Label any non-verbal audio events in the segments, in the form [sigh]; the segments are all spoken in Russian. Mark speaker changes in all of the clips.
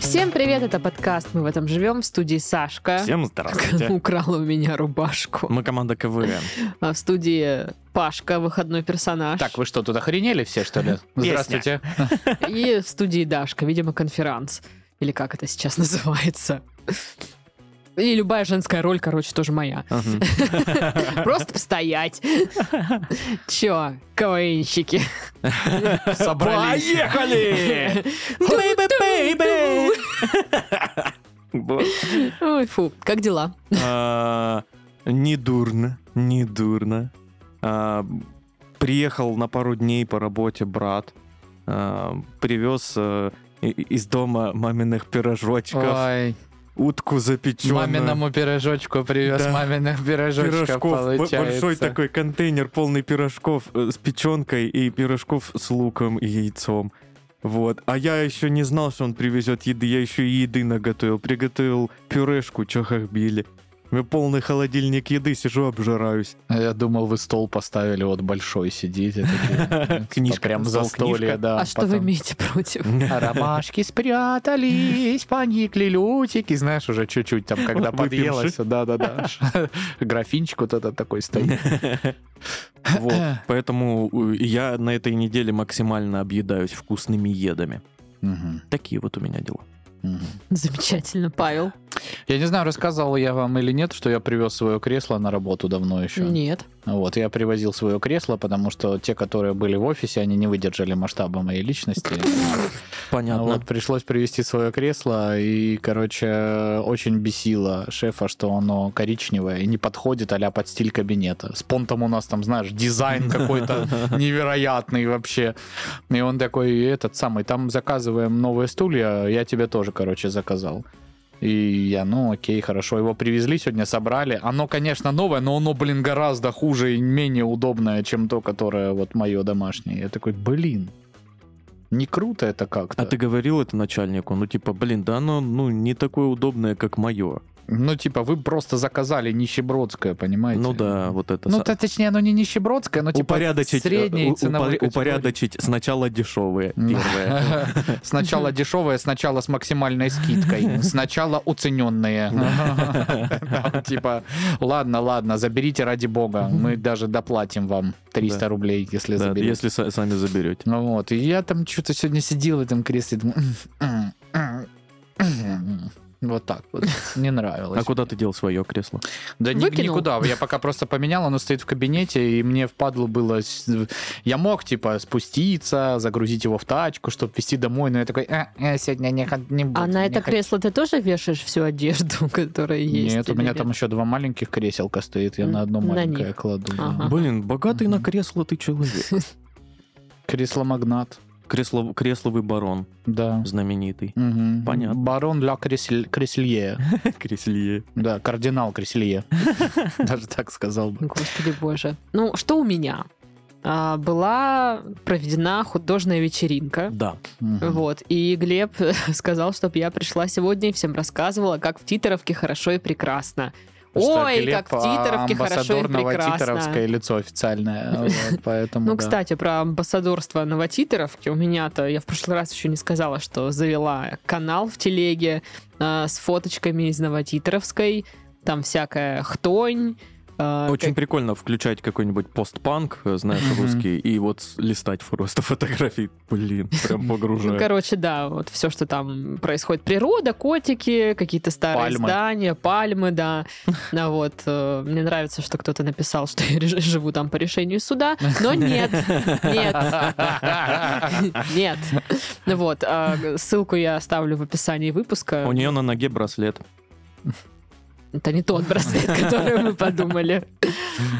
Speaker 1: Всем привет, это подкаст «Мы в этом живем» в студии Сашка.
Speaker 2: Всем здравствуйте.
Speaker 1: Украла у меня рубашку.
Speaker 2: Мы команда КВН.
Speaker 1: А в студии Пашка, выходной персонаж.
Speaker 3: Так, вы что, тут охренели все, что ли?
Speaker 2: [laughs] Песня.
Speaker 3: Здравствуйте.
Speaker 1: И в студии Дашка, видимо, конферанс. Или как это сейчас [laughs] называется. И любая женская роль, короче, тоже
Speaker 3: [laughs]
Speaker 1: моя.
Speaker 2: Мгм.
Speaker 1: Просто постоять. Чё, КВНщики?
Speaker 3: Собрались.
Speaker 1: [laughs]
Speaker 2: Поехали! [laughs] Вот.
Speaker 1: Ой, фу, как дела?
Speaker 2: А, Не дурно, не дурно. А, Приехал на пару дней по работе брат. А, Привез э, и- из дома маминых пирожочков,
Speaker 3: Ой,
Speaker 2: утку запеченную.
Speaker 3: маминому пирожочку привез,
Speaker 2: Да.
Speaker 3: маминых пирожочков
Speaker 2: Пирожков, Б-
Speaker 3: получается.
Speaker 2: большой такой контейнер, полный пирожков э, с печенкой и пирожков с луком и яйцом. Вот. А я еще не знал, что он привезет еды. Я еще и еды наготовил. Приготовил пюрешку, чохахбили. У меня полный холодильник еды, сижу,
Speaker 3: [laughs]
Speaker 2: обжираюсь.
Speaker 3: А Я думал, вы стол поставили, вот большой сидите.
Speaker 2: [laughs]
Speaker 3: такие.
Speaker 2: Книжка,
Speaker 3: Типа Прям
Speaker 2: стол,
Speaker 3: за столе,
Speaker 2: книжка.
Speaker 3: да.
Speaker 1: А что вы
Speaker 3: потом.
Speaker 1: имеете против? [laughs]
Speaker 3: А Ромашки спрятались, поникли лютики. Знаешь, уже чуть-чуть там, когда
Speaker 2: Выпьем
Speaker 3: подъелось. Да-да-да. [laughs] Графинчик вот этот такой стоит.
Speaker 2: [laughs] Вот. Поэтому э, я на этой неделе максимально объедаюсь вкусными едами.
Speaker 3: Мгм,
Speaker 2: Такие вот у меня дела.
Speaker 3: мгм.
Speaker 1: Замечательно, Павел.
Speaker 3: Я не знаю, рассказывал я вам или нет, что я привез свое кресло на работу давно еще.
Speaker 1: Нет.
Speaker 3: Вот, я привозил свое кресло, потому что те, которые были в офисе, они не выдержали масштаба моей личности.
Speaker 2: Понятно.
Speaker 3: Ну Вот, пришлось привезти свое кресло, и, короче, очень бесило шефа, что оно коричневое и не подходит а под стиль кабинета. С понтом у нас там,
Speaker 2: [laughs]
Speaker 3: знаешь, дизайн какой-то невероятный вообще. И он такой, этот самый, там заказываем новые стулья, я тебе тоже, короче, заказал. И я, ну окей, хорошо, его привезли сегодня, собрали. Оно, конечно, новое, но оно, блин, гораздо хуже и менее удобное, чем то, которое вот мое домашнее. Я такой, блин, не круто это как-то.
Speaker 2: А ты говорил это начальнику? Ну, типа, блин, да оно ну, не такое удобное, как мое.
Speaker 3: Ну, типа, вы просто заказали нищебродское, понимаете?
Speaker 2: Ну да, вот это.
Speaker 3: Ну,
Speaker 2: са-
Speaker 3: то, точнее, оно не нищебродское, но, типа,
Speaker 2: упорядочить, э,
Speaker 3: средней
Speaker 2: у-
Speaker 3: ценовой
Speaker 2: упоря-
Speaker 3: категории.
Speaker 2: упорядочить сначала дешевые
Speaker 3: М.
Speaker 2: первые.
Speaker 3: [laughs] Сначала дешевое, сначала с максимальной
Speaker 2: [laughs]
Speaker 3: скидкой, сначала уцененные. [laughs] Там, Типа, ладно, ладно, заберите ради бога, мы даже доплатим вам 300
Speaker 2: Да.
Speaker 3: рублей, [laughs] если
Speaker 2: Да,
Speaker 3: заберете.
Speaker 2: Если са- сами заберете.
Speaker 3: Ну вот, и я там что-то сегодня сидел в этом кресле, думаю, «М, м, м». вот так
Speaker 2: [laughs]
Speaker 3: вот, не нравилось.
Speaker 2: А куда ты дел свое кресло?
Speaker 3: Да ни-
Speaker 1: Выкинул?
Speaker 3: никуда. Я пока просто поменял, оно стоит в кабинете, и мне впадло было... с- Я мог, типа, спуститься, загрузить его в тачку, чтобы везти домой, но я такой, «Э, э, сегодня не, хот- не буду.
Speaker 1: А на
Speaker 3: не
Speaker 1: это
Speaker 3: хочу».
Speaker 1: кресло ты тоже вешаешь всю одежду, [laughs] которая есть?
Speaker 3: Нет, у
Speaker 1: или
Speaker 3: меня там еще два маленьких креселка стоит, я на одно
Speaker 1: На
Speaker 3: маленькое
Speaker 1: них.
Speaker 3: кладу. да.
Speaker 1: Ага.
Speaker 2: Блин, богатый
Speaker 3: Мгм.
Speaker 2: на кресло ты человек.
Speaker 1: [laughs]
Speaker 3: Кресло-магнат,
Speaker 2: Кресло, кресловый барон
Speaker 3: да. [laughs]
Speaker 2: знаменитый.
Speaker 3: Мгм.
Speaker 2: Понятно.
Speaker 3: Барон ля Креселье.
Speaker 2: Креселье.
Speaker 3: Да,
Speaker 1: [laughs]
Speaker 3: кардинал Креселье. Даже так сказал бы.
Speaker 1: Господи боже. Ну, что у меня? А, была проведена художная вечеринка.
Speaker 2: Да.
Speaker 3: Мгм.
Speaker 1: Вот, и Глеб [laughs] сказал, чтобы я пришла сегодня и всем рассказывала, как в Титеровке хорошо и прекрасно.
Speaker 3: Что
Speaker 1: Ой,
Speaker 3: Глеб, а,
Speaker 1: как в Титеровке хорошо и
Speaker 3: амбассадор
Speaker 1: прекрасно.
Speaker 3: новотитровское лицо официальное. вот, Поэтому,
Speaker 1: Ну,
Speaker 3: да.
Speaker 1: кстати, про амбассадорство Новотитеровки. У меня-то, я в прошлый раз еще не сказала, что завела канал в телеге э, с фоточками из Новотитеровской. Там всякая хтонь. э,
Speaker 2: Очень прикольно включать какой-нибудь постпанк, э, знаешь,
Speaker 3: Мгм.
Speaker 2: русский, и вот с- листать просто [laughs] фотографии. Блин, прям
Speaker 1: Ну,
Speaker 2: погружает.
Speaker 1: короче, да, вот все, что там происходит. Природа, котики, какие-то старые
Speaker 3: Пальмы.
Speaker 1: здания, пальмы, да. [laughs] Да, вот. э, Мне нравится, что кто-то написал, что я реж- живу там по решению суда, но нет, нет. [laughs] Нет. Ну Вот. а, Ссылку я оставлю в описании выпуска.
Speaker 2: У нее на ноге браслет.
Speaker 1: Это не тот браслет, [laughs] который мы подумали.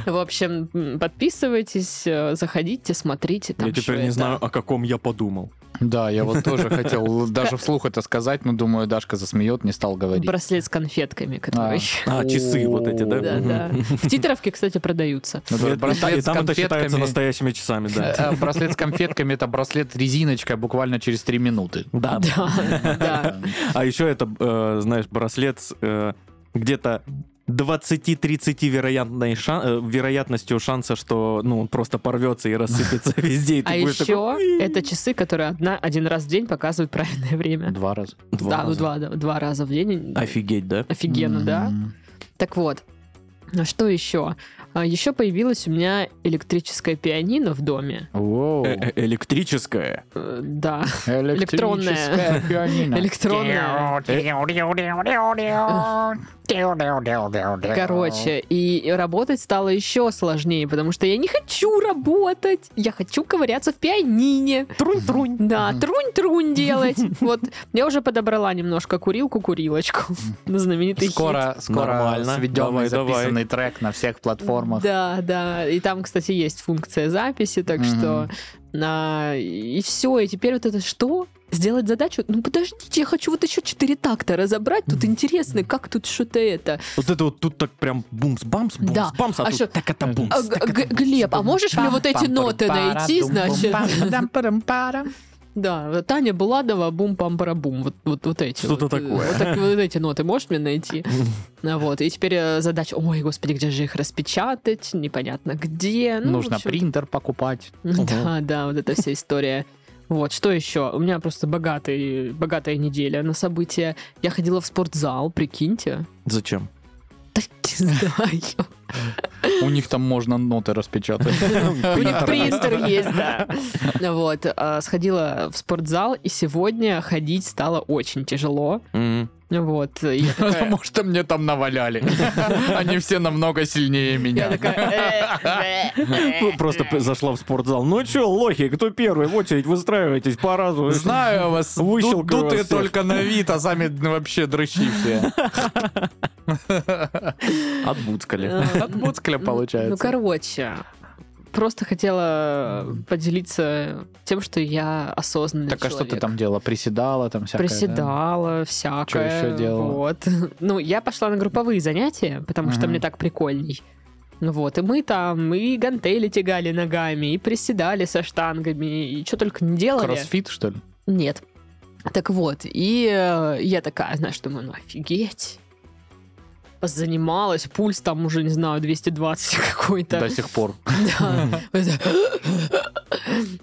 Speaker 1: В общем, м, подписывайтесь, э, заходите, смотрите. там
Speaker 2: Я теперь
Speaker 1: всё
Speaker 2: не
Speaker 1: это.
Speaker 2: знаю, о каком я подумал.
Speaker 3: Да, я вот тоже хотел даже вслух это сказать, но думаю, Дашка засмеет, не стал говорить.
Speaker 1: Браслет с конфетками, который...
Speaker 2: А, часы вот эти, да?
Speaker 1: Да,
Speaker 2: Мгм.
Speaker 1: да. В титровке, кстати, продаются.
Speaker 3: Ну,
Speaker 2: И- и-
Speaker 3: браслет
Speaker 2: и
Speaker 3: с
Speaker 2: там это считается
Speaker 3: конфетками.
Speaker 2: настоящими часами, да.
Speaker 3: Э, Браслет с конфетками это браслет резиночка буквально через 3 минуты.
Speaker 2: Да.
Speaker 1: Да, да.
Speaker 2: А еще это, э, знаешь, браслет с, э, где-то 20-30 вероятной шан- э, вероятностью шанса, что ну, он просто порвется и рассыпется везде. и ты
Speaker 1: А
Speaker 2: будешь
Speaker 1: еще
Speaker 2: такой, «Уи».
Speaker 1: это часы, которые одна, один раз в день показывают правильное время.
Speaker 3: Э, Два раза.
Speaker 2: Два
Speaker 1: да, ну,
Speaker 2: раза.
Speaker 1: два, два раза в день.
Speaker 2: Офигеть, да?
Speaker 1: Офигенно, да?
Speaker 3: М.
Speaker 1: Так вот, а что еще? А, Еще появилось у меня электрическое пианино в доме.
Speaker 3: Воу.
Speaker 2: Э, э, Электрическое.
Speaker 1: Э, Да,
Speaker 3: Электрическое пианино.
Speaker 1: электронное. Короче, и работать стало еще сложнее, потому что я не хочу работать, я хочу ковыряться в пианине.
Speaker 2: Трунь-трунь.
Speaker 1: Да,
Speaker 3: Мгм.
Speaker 1: трунь-трунь делать. Вот, я уже подобрала немножко курилку-курилочку. Знаменитый хит.
Speaker 3: Скоро, скоро
Speaker 2: Нормально.
Speaker 3: сведенный
Speaker 2: Давай, давай.
Speaker 3: записанный трек на всех платформах.
Speaker 1: Да, да. И там, кстати, есть функция записи, так
Speaker 3: Мгм.
Speaker 1: что а, и все. И теперь вот это что? Сделать задачу? Ну подождите, я хочу вот еще четыре такта разобрать. Тут интересно, как тут что-то это.
Speaker 2: Вот это вот тут так прям бумс-бамс,
Speaker 1: Да.
Speaker 2: бумс-бамс, а
Speaker 1: А
Speaker 2: тут
Speaker 1: что-
Speaker 2: так это бумс.
Speaker 1: А, Г- Г- Глеб, а можешь мне вот эти ноты найти, значит? Да, вот Таня Буладова, бум пам бум вот, вот, вот эти.
Speaker 2: Что-то
Speaker 1: вот, э,
Speaker 2: такое.
Speaker 1: Вот, так- вот эти ноты можешь мне
Speaker 2: [laughs]
Speaker 1: найти? Ну Вот, и теперь э, задача, ой, господи, где же их распечатать, непонятно где. Ну, в
Speaker 3: Нужно
Speaker 1: общем,
Speaker 3: принтер покупать.
Speaker 1: Ну Да, [laughs] да, вот эта вся история. Вот, что еще? У меня просто богатый, богатая неделя на события. Я ходила в спортзал, прикиньте.
Speaker 2: Зачем?
Speaker 1: Да [laughs] не знаю.
Speaker 3: У них там можно ноты распечатать.
Speaker 1: У них
Speaker 3: Принтер.
Speaker 1: принтер есть, да. Вот, а, сходила в спортзал, и сегодня ходить стало очень тяжело.
Speaker 2: Мгм.
Speaker 1: Вот, и я такая...
Speaker 3: Потому что мне там [laughs] наваляли. Они все намного сильнее
Speaker 1: Я
Speaker 3: меня. [laughs]
Speaker 1: такая... «Э, э, э».
Speaker 2: Ну, Просто п- зашла в спортзал. Ну че, лохи, кто первый в очередь? Выстраивайтесь по разу.
Speaker 3: Знаю я вас.
Speaker 2: Выщелкаю
Speaker 3: Тут- Тут
Speaker 2: вас
Speaker 3: и
Speaker 2: всех.
Speaker 3: только на вид, а сами ну, вообще дрыщи [laughs] все.
Speaker 2: Отбудскали.
Speaker 1: Э,
Speaker 3: От Буцкеля
Speaker 1: Ну,
Speaker 3: получается.
Speaker 1: короче, просто хотела поделиться тем, что я осознанный
Speaker 3: Так а что ты
Speaker 1: человек.
Speaker 3: там делала? Приседала там всякое? да?
Speaker 1: Приседала, всякое.
Speaker 3: Чё ещё делала?
Speaker 1: Вот. [laughs] Ну, я пошла на групповые занятия, потому что
Speaker 3: Мгм.
Speaker 1: мне так прикольней. Ну Вот, и мы там, и гантели тягали ногами, и приседали со штангами, и что только не делали.
Speaker 3: Кроссфит, что ли? [laughs]
Speaker 1: Нет. Так вот, и э, я такая, знаешь, думаю, ну офигеть. Занималась, пульс там уже, не знаю, 220 [laughs] какой-то.
Speaker 3: До сих пор.
Speaker 1: Да.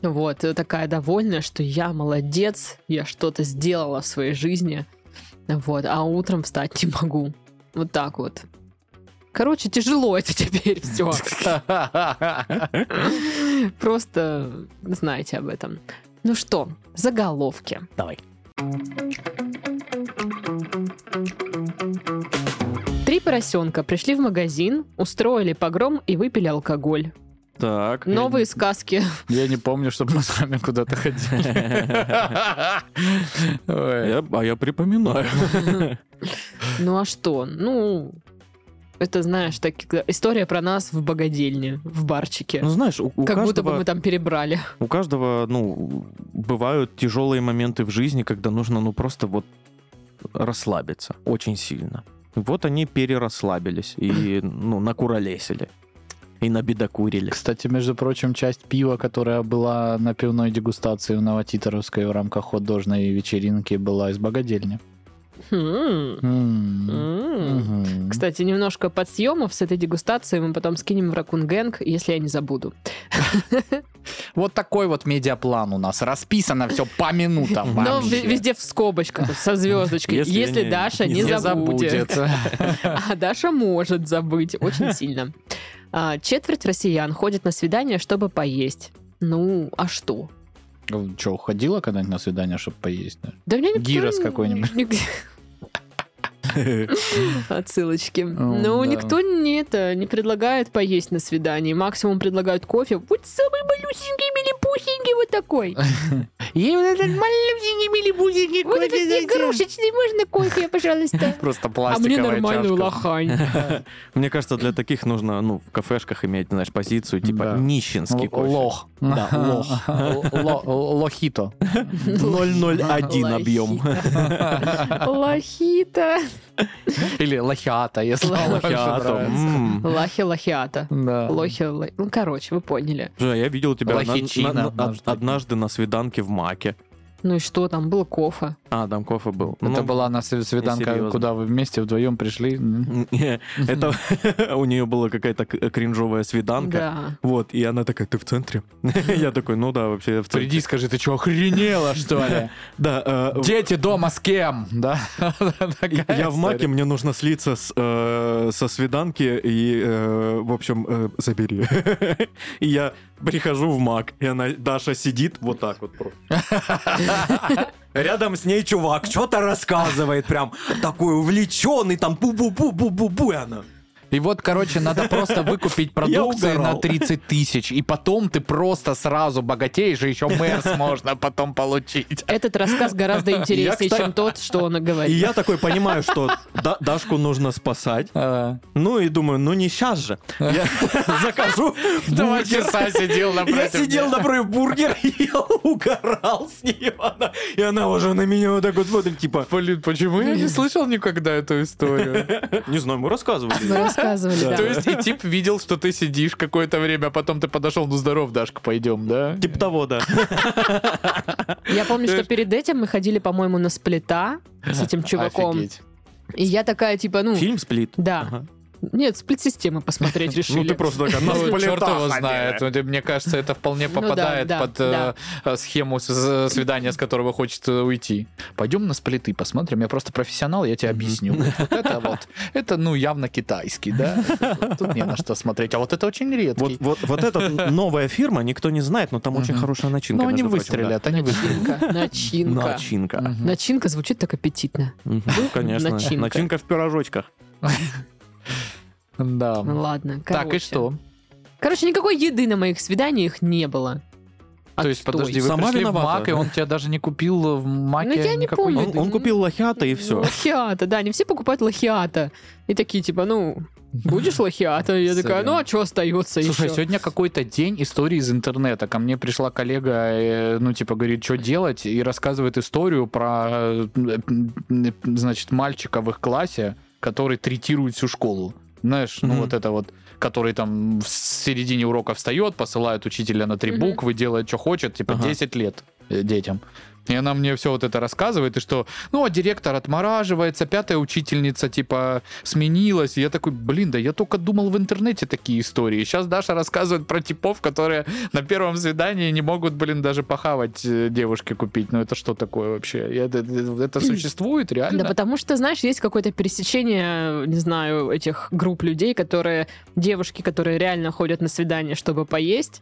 Speaker 1: [laughs] Вот, э, такая довольная, что я молодец, я что-то сделала в своей жизни. Вот, а утром встать не могу. Вот так вот. Короче, тяжело это теперь все. Просто знайте об этом. Ну что, заголовки.
Speaker 2: Давай.
Speaker 1: Три поросенка пришли в магазин, устроили погром и выпили алкоголь.
Speaker 2: Так.
Speaker 1: Новые сказки.
Speaker 3: Я не помню, чтобы мы с вами куда-то ходили. [laughs] Ой.
Speaker 2: Я- а я припоминаю.
Speaker 1: Ну а что? Ну, это, знаешь, так, э, история про нас в богадельне, в барчике.
Speaker 2: Ну, знаешь, у, у
Speaker 1: как
Speaker 2: каждого,
Speaker 1: будто бы мы там перебрали.
Speaker 2: у каждого, ну, бывают тяжелые моменты в жизни, когда нужно, ну, просто вот расслабиться очень сильно. Вот они перерасслабились
Speaker 1: [clears throat]
Speaker 2: и, ну, накуролесили. И набедокурили.
Speaker 3: Кстати, между прочим, часть пива, которая была на пивной дегустации в Новотитаровской в рамках художной вечеринки, была из богадельни.
Speaker 1: М,
Speaker 3: М.
Speaker 1: м.
Speaker 3: Мгм.
Speaker 1: М-м-м. Кстати, немножко подсъемов с этой дегустацией мы потом скинем в Ракун Гэнг, если я не забуду.
Speaker 3: Вот такой вот медиаплан у нас. Расписано все по минутам
Speaker 1: Но
Speaker 3: вообще.
Speaker 1: в- везде в скобочках, со звездочкой.
Speaker 2: Если
Speaker 1: Если,
Speaker 2: не-
Speaker 1: Даша не,
Speaker 2: не
Speaker 1: забудет. [laughs] А Даша может забыть очень сильно. А, Четверть россиян ходит на свидание, чтобы поесть. Ну, а что?
Speaker 3: Че, уходила когда-нибудь на свидание, чтобы поесть? да?
Speaker 1: Да меня
Speaker 3: Гирос
Speaker 1: [laughs]
Speaker 3: какой-нибудь.
Speaker 1: нигде- Отсылочки.
Speaker 3: Ну,
Speaker 1: Ну,
Speaker 3: да.
Speaker 1: никто не это не предлагает поесть на свидании. Максимум предлагают кофе. Вот самый малюсенький милипусенький вот [laughs] такой.
Speaker 3: И вот этот
Speaker 1: Вот этот игрушечный, можно кофе, пожалуйста?
Speaker 3: Просто
Speaker 1: [laughs] А мне
Speaker 3: пластиковая
Speaker 1: нормальную [laughs]
Speaker 3: чашка.
Speaker 1: лохань.
Speaker 2: Мне кажется, для таких нужно, ну, в кафешках иметь, знаешь, позицию типа
Speaker 3: Да.
Speaker 2: нищенский
Speaker 3: Л-
Speaker 2: кофе.
Speaker 3: Лох. [laughs]
Speaker 2: Да, лох.
Speaker 3: Л- ло- Лохито.
Speaker 1: Ну,
Speaker 2: 001
Speaker 1: [laughs]
Speaker 2: объем.
Speaker 1: Лохита.
Speaker 3: Или лохиата, если вам больше
Speaker 2: Лохиато.
Speaker 3: нравится.
Speaker 2: М.
Speaker 1: Лахи-лохиата.
Speaker 3: Да.
Speaker 1: Лохи, ло- ну короче, вы поняли.
Speaker 2: Слушай, Я видел тебя на-
Speaker 3: Лохичина,
Speaker 2: на- на-
Speaker 3: может быть.
Speaker 2: однажды на свиданке в Маке.
Speaker 1: Ну и что, там был кофе.
Speaker 2: А, там кофе был.
Speaker 3: Это
Speaker 2: Ну,
Speaker 3: была на све- свиданка,
Speaker 2: несерьезно.
Speaker 3: куда вы вместе вдвоем пришли. М.
Speaker 2: не, Это [laughs] у нее была какая-то к- кринжовая свиданка.
Speaker 1: Да.
Speaker 2: Вот, и она такая, ты в центре? [laughs] Я такой, ну да, вообще я в центре.
Speaker 3: Приди, скажи, ты что, охренела, что ли?
Speaker 2: Да, э,
Speaker 3: Дети дома с кем? Да? [laughs] Такая
Speaker 2: Я в маке,
Speaker 3: история.
Speaker 2: мне нужно слиться с, э, со свиданки, и, э, в общем, э, забери. [laughs] И я прихожу в мак, и она, Даша сидит вот так вот просто. [laughs] Рядом с ней чувак что-то рассказывает прям, такой увлеченный, там бу-бу-бу-бу-бу-бу, и она.
Speaker 3: И вот, короче, надо [laughs] просто выкупить продукции на
Speaker 2: угорал.
Speaker 3: 30 тысяч, и потом ты просто сразу богатеешь, и еще [laughs] мэрс можно потом получить.
Speaker 1: Этот рассказ [laughs] гораздо интереснее,
Speaker 2: кстати-
Speaker 1: чем тот, что он
Speaker 2: И
Speaker 1: говорит.
Speaker 2: я такой понимаю, что Да- Дашку нужно спасать.
Speaker 3: А.
Speaker 2: Ну и думаю, ну не сейчас же.
Speaker 3: [laughs]
Speaker 2: Я [laughs] закажу
Speaker 3: Два
Speaker 2: бургер.
Speaker 3: часа сидел [laughs]
Speaker 2: Я
Speaker 3: напротив.
Speaker 2: сидел
Speaker 3: меня.
Speaker 2: напротив бургер, [laughs] и я угорал с нее. Она- и она уже на меня вот так вот смотрит, типа,
Speaker 3: Блин, почему я не слышал никогда эту историю? [laughs]
Speaker 2: не знаю, мы рассказывали.
Speaker 1: [laughs] Мы рассказывали, да.
Speaker 3: То есть и тип видел, что ты сидишь какое-то время, а потом ты подошел, ну здоров, Дашка, пойдем, да?
Speaker 2: Типа того, да.
Speaker 1: Я помню, что перед этим мы ходили, по-моему, на сплита с этим чуваком.
Speaker 3: [laughs] Офигеть.
Speaker 1: И я такая, типа, ну...
Speaker 2: [laughs] Фильм «Сплит».
Speaker 1: Да. Нет, сплит-системы
Speaker 3: [laughs]
Speaker 1: посмотреть решили.
Speaker 2: Ну ты просто такая, нас а
Speaker 3: Ну, черт его
Speaker 2: полетаха,
Speaker 3: знает.
Speaker 2: блядь.
Speaker 3: Ну, ты- Мне кажется, это вполне
Speaker 1: Ну да,
Speaker 3: попадает
Speaker 1: да,
Speaker 3: под э, э, схему с- с- свидания, с которого хочет э, уйти. Пойдем на сплиты посмотрим. Я просто профессионал, я тебе объясню. Вот Это вот, это, ну, явно китайский, да? Тут не на что смотреть. А вот это очень
Speaker 2: Вот,
Speaker 3: редкий.
Speaker 2: вот, вот эта новая фирма, никто не знает, но там очень
Speaker 3: Мгм.
Speaker 2: хорошая начинка.
Speaker 3: Но они
Speaker 2: между прочим,
Speaker 3: выстрелят, они выстрелят.
Speaker 1: Начинка,
Speaker 2: да.
Speaker 1: начинка.
Speaker 2: Начинка.
Speaker 3: Мгм.
Speaker 1: Начинка звучит так аппетитно.
Speaker 2: Мгм, Конечно.
Speaker 1: Начинка.
Speaker 2: Начинка в пирожочках.
Speaker 1: Ну
Speaker 3: Да.
Speaker 1: ладно,
Speaker 3: Так, и
Speaker 1: короче.
Speaker 3: что?
Speaker 1: Короче, никакой еды на моих свиданиях не было.
Speaker 3: То есть,
Speaker 1: Отстой.
Speaker 3: подожди, вы
Speaker 2: Сама
Speaker 3: пришли в
Speaker 2: виновата.
Speaker 3: Мак, и он тебя даже не купил в Маке
Speaker 1: Ну, я не
Speaker 3: никакой
Speaker 1: помню.
Speaker 3: еды?
Speaker 2: Он, он купил лохята и все.
Speaker 1: Лохиата, да, не все покупают лохиата. И такие, типа, ну,
Speaker 3: [laughs]
Speaker 1: будешь лохиата? Я такая, ну, а что остается
Speaker 3: Слушай,
Speaker 1: еще?
Speaker 3: сегодня какой-то день истории из интернета. Ко мне пришла коллега, э, ну, типа, говорит, что делать, и рассказывает историю про, э, м, м, значит, мальчика в их классе, который третирует всю школу. Знаешь, ну
Speaker 2: Мгм.
Speaker 3: вот это вот, который там в середине урока встает, посылает учителя на три
Speaker 1: Мгм.
Speaker 3: буквы, делает, что хочет, типа,
Speaker 2: Ага.
Speaker 3: 10 лет э, детям. И она мне все вот это рассказывает, и что, ну, а директор отмораживается, пятая учительница, типа, сменилась. И я такой, блин, да я только думал в интернете такие истории. Сейчас Даша рассказывает про типов, которые на первом свидании не могут, блин, даже похавать э, девушке купить. Ну, это что такое вообще? Я- Это, это существует реально?
Speaker 1: Да потому что, знаешь, есть какое-то пересечение, не знаю, этих групп людей, которые, девушки, которые реально ходят на свидание, чтобы поесть,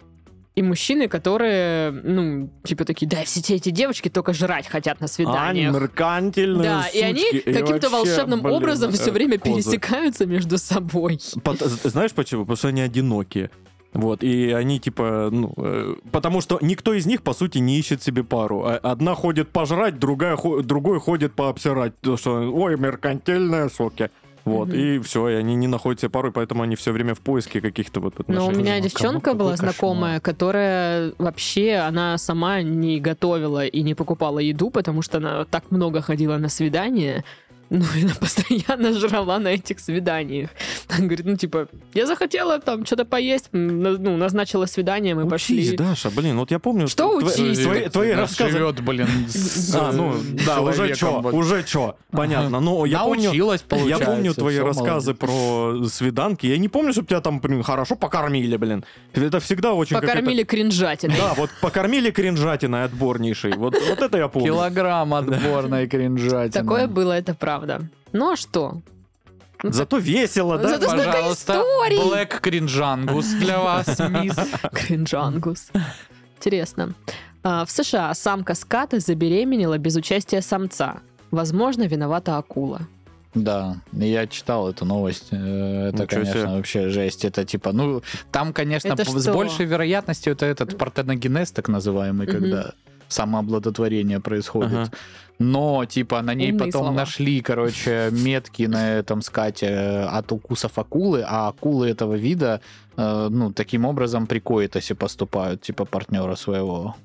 Speaker 1: и мужчины, которые, ну, типа такие, да, все те- эти девочки только жрать хотят на свиданиях.
Speaker 2: меркантильные
Speaker 1: Да, и они
Speaker 2: сучки, и
Speaker 1: каким-то
Speaker 2: вообще,
Speaker 1: волшебным
Speaker 2: блин,
Speaker 1: образом все
Speaker 2: э,
Speaker 1: время
Speaker 2: козы.
Speaker 1: пересекаются между собой.
Speaker 2: Пот- Знаешь почему? Потому что они одинокие. Вот, и они типа, ну, э, потому что никто из них, по сути, не ищет себе пару. А- Одна ходит пожрать, другая, хо- другой ходит пообсирать. То, что, ой, меркантильные соки. Вот,
Speaker 1: Мгм.
Speaker 2: и все, и они не находят себе пару, и поэтому они все время в поиске каких-то вот
Speaker 1: Но Ну, у
Speaker 2: отношений.
Speaker 1: меня
Speaker 3: Кому
Speaker 1: девчонка
Speaker 3: какой
Speaker 1: была
Speaker 3: кошмар.
Speaker 1: знакомая, которая вообще, она сама не готовила и не покупала еду, потому что она так много ходила на свидания. Ну, и она [laughs] постоянно жрала на этих свиданиях. Она говорит, ну, типа, я захотела там что-то поесть, м, на- ну, назначила свидание, мы
Speaker 2: Учись,
Speaker 1: пошли.
Speaker 2: Даша, блин, вот я помню...
Speaker 1: Что
Speaker 2: тво-
Speaker 1: учись?
Speaker 2: Твои, твои
Speaker 3: Она
Speaker 2: рассказы...
Speaker 3: Живет,
Speaker 2: [laughs]
Speaker 3: блин, с,
Speaker 2: А, ну, да, уже
Speaker 3: человеком,
Speaker 2: чё,
Speaker 3: вот.
Speaker 2: уже чё, понятно. Ну, я помню,
Speaker 3: Научилась,
Speaker 2: Я
Speaker 3: получается,
Speaker 2: помню твои
Speaker 3: всё,
Speaker 2: рассказы
Speaker 3: молодец.
Speaker 2: про свиданки. Я не помню, чтобы тебя там, блин, хорошо покормили, блин. Это всегда очень какая-то-
Speaker 1: Покормили
Speaker 2: [laughs]
Speaker 1: кринжатиной.
Speaker 2: Да, вот покормили кринжатиной отборнейшей. Вот, вот это я помню.
Speaker 1: [laughs]
Speaker 3: Килограмм отборной кринжатины.
Speaker 1: Такое было, это правда. Ну, а что?
Speaker 2: Зато весело, да?
Speaker 1: Зато- столько историй!
Speaker 3: Black Кринжангус для вас, мисс.
Speaker 1: Кринжангус. Интересно. А, В США самка ската забеременела без участия самца. Возможно, виновата акула.
Speaker 3: Да, я читал эту новость. Э, Это,
Speaker 2: Ничего
Speaker 3: конечно,
Speaker 2: себе.
Speaker 3: вообще жесть. Это типа, ну, там, конечно,
Speaker 1: Это
Speaker 3: п- с
Speaker 1: что?
Speaker 3: большей вероятностью это этот партеногенез, так называемый,
Speaker 1: Мгм.
Speaker 3: когда самообладотворение происходит.
Speaker 2: Ага.
Speaker 3: Но, типа, на ней
Speaker 1: Умные
Speaker 3: потом
Speaker 1: слова.
Speaker 3: нашли, короче, метки на этом скате э, от укусов акулы, а акулы этого вида, э, ну, таким образом при коитосе поступают, типа, партнера своего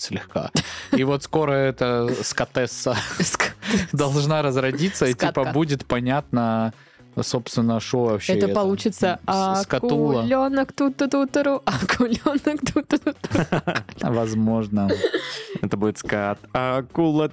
Speaker 1: [laughs]
Speaker 3: слегка. И вот скоро эта скатесса
Speaker 1: Ск-
Speaker 3: должна разродиться, и
Speaker 1: Скатка.
Speaker 3: типа будет понятно, собственно, шо вообще.
Speaker 1: Это получится а,
Speaker 3: с- скатула.
Speaker 1: акуленок тут тут тут акуленок тут тут тут
Speaker 3: Возможно.
Speaker 2: Это будет скат. Акула.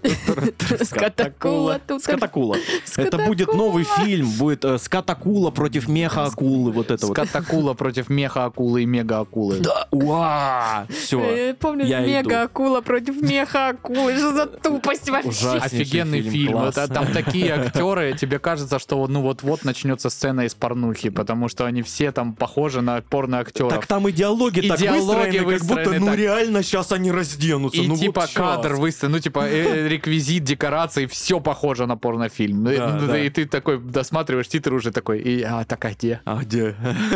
Speaker 1: Скатакула. тут,
Speaker 2: Скатакула. Это
Speaker 1: скатакула.
Speaker 2: будет новый фильм. Будет э, скатакула против меха акулы. Вот это вот.
Speaker 3: Скатакула против меха акулы и мега акулы.
Speaker 2: Уа! Все.
Speaker 1: Я помню,
Speaker 2: я иду.
Speaker 1: Э, мега-акула против меха-акулы. Что за тупость вообще?
Speaker 2: Ужасно. Класснейший
Speaker 3: Офигенный
Speaker 2: фильм,
Speaker 3: фильм.
Speaker 2: класс.
Speaker 3: Это- там такие актеры, тебе кажется, что ну вот-вот начнется сцена из порнухи, потому что они все там похожи на порно-актеров.
Speaker 2: Так там и диалоги так
Speaker 3: Идеологи
Speaker 2: выстроены, как
Speaker 3: выстроены
Speaker 2: будто, ну
Speaker 3: так.
Speaker 2: реально сейчас они разденутся.
Speaker 3: И
Speaker 2: ну вот
Speaker 3: типа
Speaker 2: щас.
Speaker 3: кадр выставлен, ну типа э, реквизит, декорации, все похоже на порнофильм. Ну,
Speaker 2: Да,
Speaker 3: и-
Speaker 2: да.
Speaker 3: И ты такой досматриваешь титр уже такой, и а так а где?
Speaker 2: А где?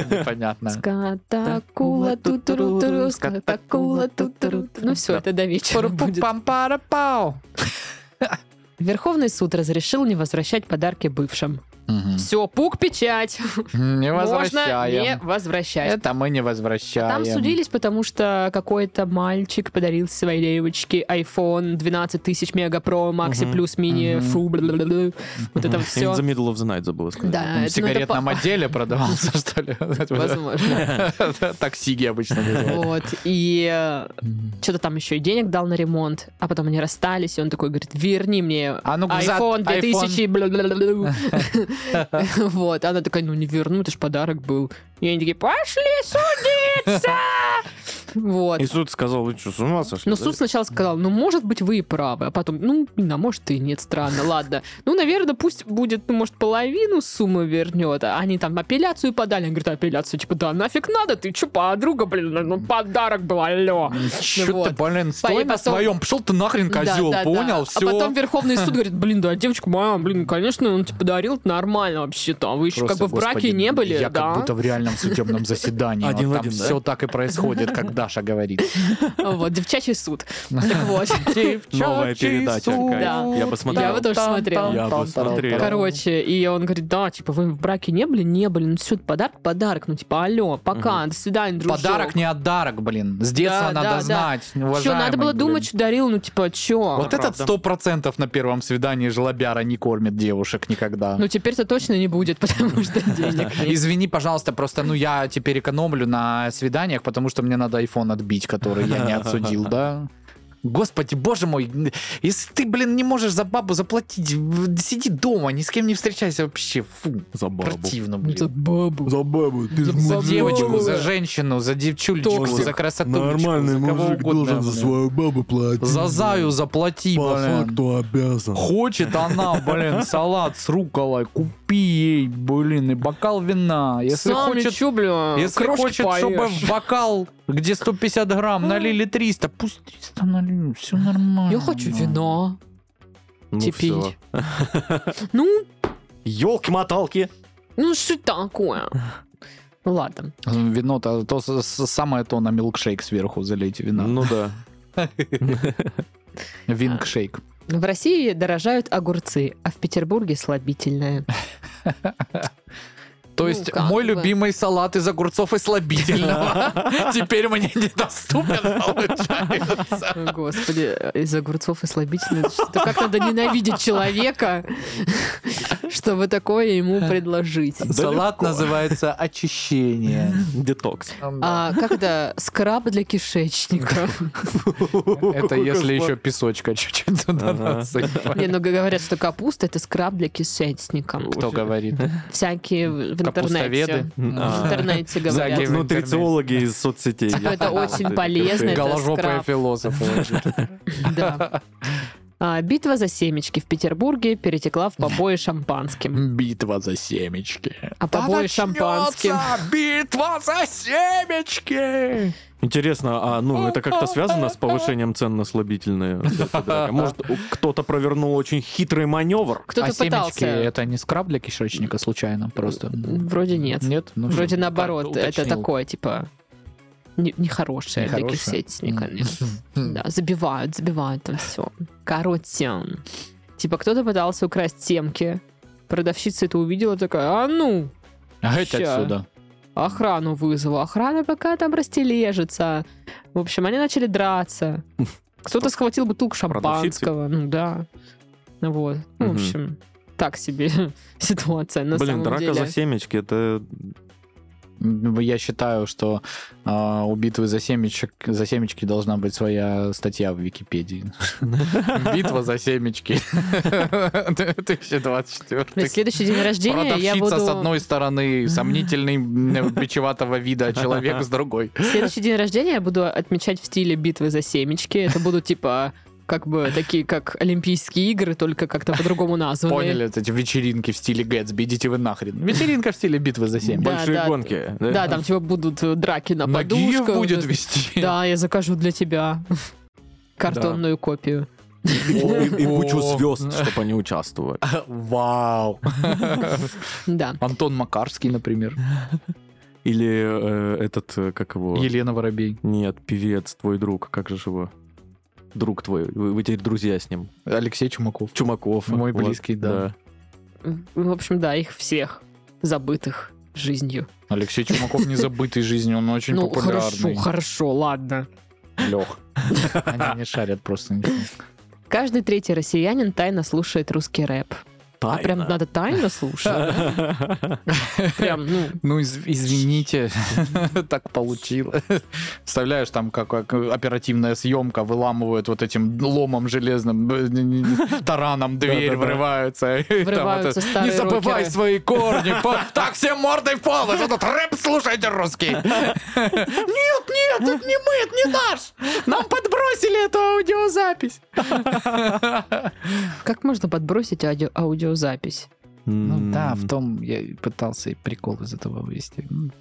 Speaker 3: Непонятно.
Speaker 1: Скатакула тут туру скатакула тут туру Ну все, это до вечера будет.
Speaker 3: Пам-пара-пау.
Speaker 1: Верховный суд разрешил не возвращать подарки бывшим.
Speaker 3: Мгм.
Speaker 1: Все, пук печать.
Speaker 3: Не
Speaker 1: Можно не
Speaker 3: возвращаем.
Speaker 1: возвращать.
Speaker 3: Это мы не возвращаем.
Speaker 1: Там судились, потому что какой-то мальчик подарил своей девочке iPhone 12 тысяч мега про Макси
Speaker 2: Мгм.
Speaker 1: плюс мини
Speaker 3: Мгм.
Speaker 1: фу бла-бла-бла. вот это
Speaker 2: In
Speaker 1: все.
Speaker 2: the middle of the night забыла сказать.
Speaker 1: Да,
Speaker 3: Он
Speaker 1: это-
Speaker 3: В
Speaker 1: ну, это
Speaker 3: сигаретном
Speaker 1: по-
Speaker 3: отделе продавался, [laughs] что ли?
Speaker 1: Возможно.
Speaker 3: [laughs] Таксиги обычно называют.
Speaker 1: Вот. И э, что-то там еще и денег дал на ремонт, а потом они расстались, и он такой говорит, верни мне
Speaker 3: А ну-ка взад,
Speaker 1: iPhone
Speaker 3: iPhone.
Speaker 1: 2000, бла-бла-бла-бла». Вот, она такая, ну не верну, это ж подарок был. И они такие, пошли судиться! Вот.
Speaker 2: И суд сказал, вы что, с ума сошли?
Speaker 1: Но суд сначала сказал, ну, может быть, вы и правы, а потом, ну, блин, а может и нет, странно, ладно. Ну, наверное, пусть будет, ну, может, половину суммы вернет. А Они там апелляцию подали, они говорят, апелляцию, типа, да нафиг надо, ты че, подруга, блин, ну, подарок был, алло.
Speaker 3: Че
Speaker 1: Вот.
Speaker 3: ты, блин, стой
Speaker 1: Пой-
Speaker 3: на
Speaker 1: потом-
Speaker 3: своем, пошел ты нахрен, козел,
Speaker 1: Да, да, да.
Speaker 3: понял?
Speaker 1: А потом
Speaker 3: Все.
Speaker 1: Верховный суд говорит, блин, да, девочка моя, блин, конечно, он тебе подарил, это нормально вообще-то, а вы еще как бы в браке не были,
Speaker 3: Я
Speaker 1: да?
Speaker 3: как будто в реальном судебном заседании.
Speaker 2: Один в
Speaker 3: Вот Там
Speaker 2: один, да?
Speaker 3: все так и происходит, как Даша говорит.
Speaker 1: Вот, девчачий
Speaker 3: [laughs]
Speaker 1: суд. Так вот.
Speaker 2: Новая передача, кайф.
Speaker 1: Да.
Speaker 2: Я бы смотрел.
Speaker 1: Я бы тоже смотрела.
Speaker 2: Я бы смотрел.
Speaker 1: Короче, и он говорит, да, типа, вы в браке не были? Не были. Ну все, подарок, подарок. Ну типа, алло, пока, до свидания, дружок.
Speaker 3: Подарок не отдарок, блин. С детства
Speaker 1: Да,
Speaker 3: надо
Speaker 1: да, да.
Speaker 3: знать.
Speaker 1: Че, надо было думать, что дарил, ну типа, чё?
Speaker 3: Вот этот сто процентов на первом свидании жлобяра не кормит девушек никогда.
Speaker 1: Ну теперь-то точно не будет, [laughs] потому что денег нет.
Speaker 3: [laughs] Извини, пожалуйста, просто, ну, я теперь экономлю на свиданиях, потому что мне надо iPhone отбить, который я не отсудил, да? Господи, боже мой, если ты, блин, не можешь за бабу заплатить, сиди дома, ни с кем не встречайся вообще, фу,
Speaker 2: За бабу.
Speaker 3: противно,
Speaker 1: Это
Speaker 3: блин.
Speaker 1: Ну бабу.
Speaker 2: За бабу, ты
Speaker 1: ж
Speaker 3: За
Speaker 1: мудак.
Speaker 3: девочку, за
Speaker 1: Бабуля.
Speaker 3: женщину, за девчулечку,
Speaker 1: Токсик.
Speaker 3: за красоту, за кого угодно, блин.
Speaker 2: бабу платить.
Speaker 3: За заю заплати, блин.
Speaker 2: обязан.
Speaker 3: Хочет она, блин,
Speaker 2: [laughs]
Speaker 3: салат с руколой, купи ей, блин, и бокал вина. Если
Speaker 1: Сам
Speaker 3: хочет,
Speaker 1: лечу, бля,
Speaker 3: если
Speaker 1: крошки
Speaker 3: хочет,
Speaker 1: поешь.
Speaker 3: чтобы в бокал, где 150 грамм, налили 300, пусть 300 налили, все нормально.
Speaker 1: Я хочу вина. Теперь. Ну,
Speaker 2: Елки-моталки.
Speaker 1: ну что такое? Ну ладно.
Speaker 3: Вино-то то, с- с- самое то на милкшейк сверху залейте вина.
Speaker 2: Ну да.
Speaker 3: Винкшейк.
Speaker 1: В России дорожают огурцы, а в Петербурге слабительное.
Speaker 3: То
Speaker 1: Ну,
Speaker 3: есть
Speaker 1: как
Speaker 3: мой
Speaker 1: бы.
Speaker 3: любимый салат из огурцов
Speaker 1: [laughs]
Speaker 3: и слабительного теперь мне недоступен, получается.
Speaker 1: Ой, Господи, из огурцов и слабительных. Что- Как надо ненавидеть человека, чтобы такое ему предложить.
Speaker 3: Салат называется очищение.
Speaker 2: [laughs] Детокс.
Speaker 1: А как это? Скраб для кишечника.
Speaker 3: Это если еще песочка чуть-чуть туда
Speaker 2: Ага.
Speaker 1: Не,
Speaker 3: насыпать.
Speaker 1: ну говорят, что капуста это скраб для кишечника.
Speaker 3: Кто говорит?
Speaker 1: Всякие в в интернете.
Speaker 3: Капустоведы?
Speaker 1: В
Speaker 2: А.
Speaker 1: интернете
Speaker 3: Всякие
Speaker 1: говорят.
Speaker 3: в
Speaker 2: Нутрициологи из соцсетей.
Speaker 1: Что Типа, это очень полезно. Это
Speaker 3: Голожопые
Speaker 1: скраб.
Speaker 3: философы.
Speaker 1: Да. А, Битва за семечки в Петербурге перетекла в побои шампанским.
Speaker 3: [laughs] Битва за семечки.
Speaker 1: А побои шампанским.
Speaker 3: Битва за семечки!
Speaker 2: Интересно, а ну это как-то связано с повышением цен
Speaker 1: [laughs]
Speaker 2: на слабительные? Может, кто-то провернул очень хитрый маневр?
Speaker 1: Кто-то
Speaker 3: а семечки
Speaker 1: пытался.
Speaker 3: это не скраб для кишечника случайно просто?
Speaker 1: Вроде нет.
Speaker 3: Нет? Ну,
Speaker 1: Вроде
Speaker 3: всё,
Speaker 1: наоборот,
Speaker 3: так,
Speaker 1: это
Speaker 3: уточнил.
Speaker 1: такое, типа, не- нехорошее для
Speaker 3: Нехорошее?
Speaker 1: кисетника.
Speaker 3: М.
Speaker 1: нет.
Speaker 3: [laughs] Хм,
Speaker 1: Да, забивают, забивают там все. Короче, типа кто-то пытался украсть темки. Продавщица это увидела, такая, а ну,
Speaker 3: А это
Speaker 1: Ща.
Speaker 3: отсюда.
Speaker 1: охрану вызвала. Охрана пока там растележится. В общем, они начали драться. Кто-то схватил бутылку
Speaker 2: Продавщицы?
Speaker 1: шампанского, ну да. Вот, Ну, в
Speaker 2: Мгм.
Speaker 1: общем. так себе [laughs] ситуация на
Speaker 2: Блин,
Speaker 1: самом
Speaker 2: драка
Speaker 1: деле.
Speaker 2: за семечки, это...
Speaker 3: М, Я считаю, что а, у битвы за, семечек, за семечки должна быть своя статья в Википедии. Битва за семечки. 2024.
Speaker 1: На следующий день рождения я буду...
Speaker 3: Продавщица с одной стороны, сомнительный м, э, бичеватого вида человек с другой.
Speaker 1: Следующий день рождения я буду отмечать в стиле битвы за семечки. Это будут типа как бы такие, как Олимпийские игры, только как-то по-другому названы.
Speaker 3: Поняли, вот эти вечеринки в стиле Гэтсби, идите вы нахрен. Вечеринка в стиле битвы за семечки.
Speaker 1: Да,
Speaker 2: Большие
Speaker 1: да.
Speaker 2: гонки.
Speaker 1: Да, там типа будут э, драки на
Speaker 3: Нагиев
Speaker 1: подушках.
Speaker 3: будет вести. [laughs]
Speaker 1: Да, я закажу для тебя картонную копию. [laughs]
Speaker 2: И кучу
Speaker 3: О.
Speaker 2: звезд, чтобы они участвовали.
Speaker 3: Вау.
Speaker 1: Да.
Speaker 3: Антон Макарский, например.
Speaker 2: Или э, этот, э, как его?
Speaker 3: Елена Воробей.
Speaker 2: Нет, певец, твой друг, как же ж его? Друг твой, вы, вы теперь друзья с ним.
Speaker 3: Алексей Чумаков.
Speaker 2: Чумаков.
Speaker 3: Мой близкий, да. Ну,
Speaker 1: В общем, да, их всех забытых жизнью.
Speaker 3: Алексей Чумаков не забытый жизнью, он очень
Speaker 1: ну,
Speaker 3: популярный.
Speaker 1: хорошо, хорошо, ладно.
Speaker 3: Лех. Они не шарят просто. ничего.
Speaker 1: Каждый третий россиянин тайно слушает русский рэп. А прям
Speaker 2: Тайна.
Speaker 1: надо тайно слушать.
Speaker 3: [laughs]
Speaker 1: Прям, ну,
Speaker 3: Ну, из- извините, [laughs] так получилось. Представляешь, там как, как оперативная съемка, выламывают вот этим ломом железным, э, н- н- тараном дверь,
Speaker 2: Да-да-да.
Speaker 3: врываются. [laughs] и там
Speaker 1: Врываются
Speaker 3: это, Не
Speaker 1: старые
Speaker 3: забывай
Speaker 1: рокеры». [laughs]
Speaker 3: свои корни. по- Так, всем мордой в пол, вы что тут рэп
Speaker 1: [laughs]
Speaker 3: слушайте русский. Нет, нет, тут не мы, это не наш. Нам подбросили эту аудиозапись. Ну
Speaker 1: как можно подбросить аудио- аудиозапись?
Speaker 3: Ну
Speaker 2: М,
Speaker 3: да, в том я и пытался и прикол из этого вывести. М.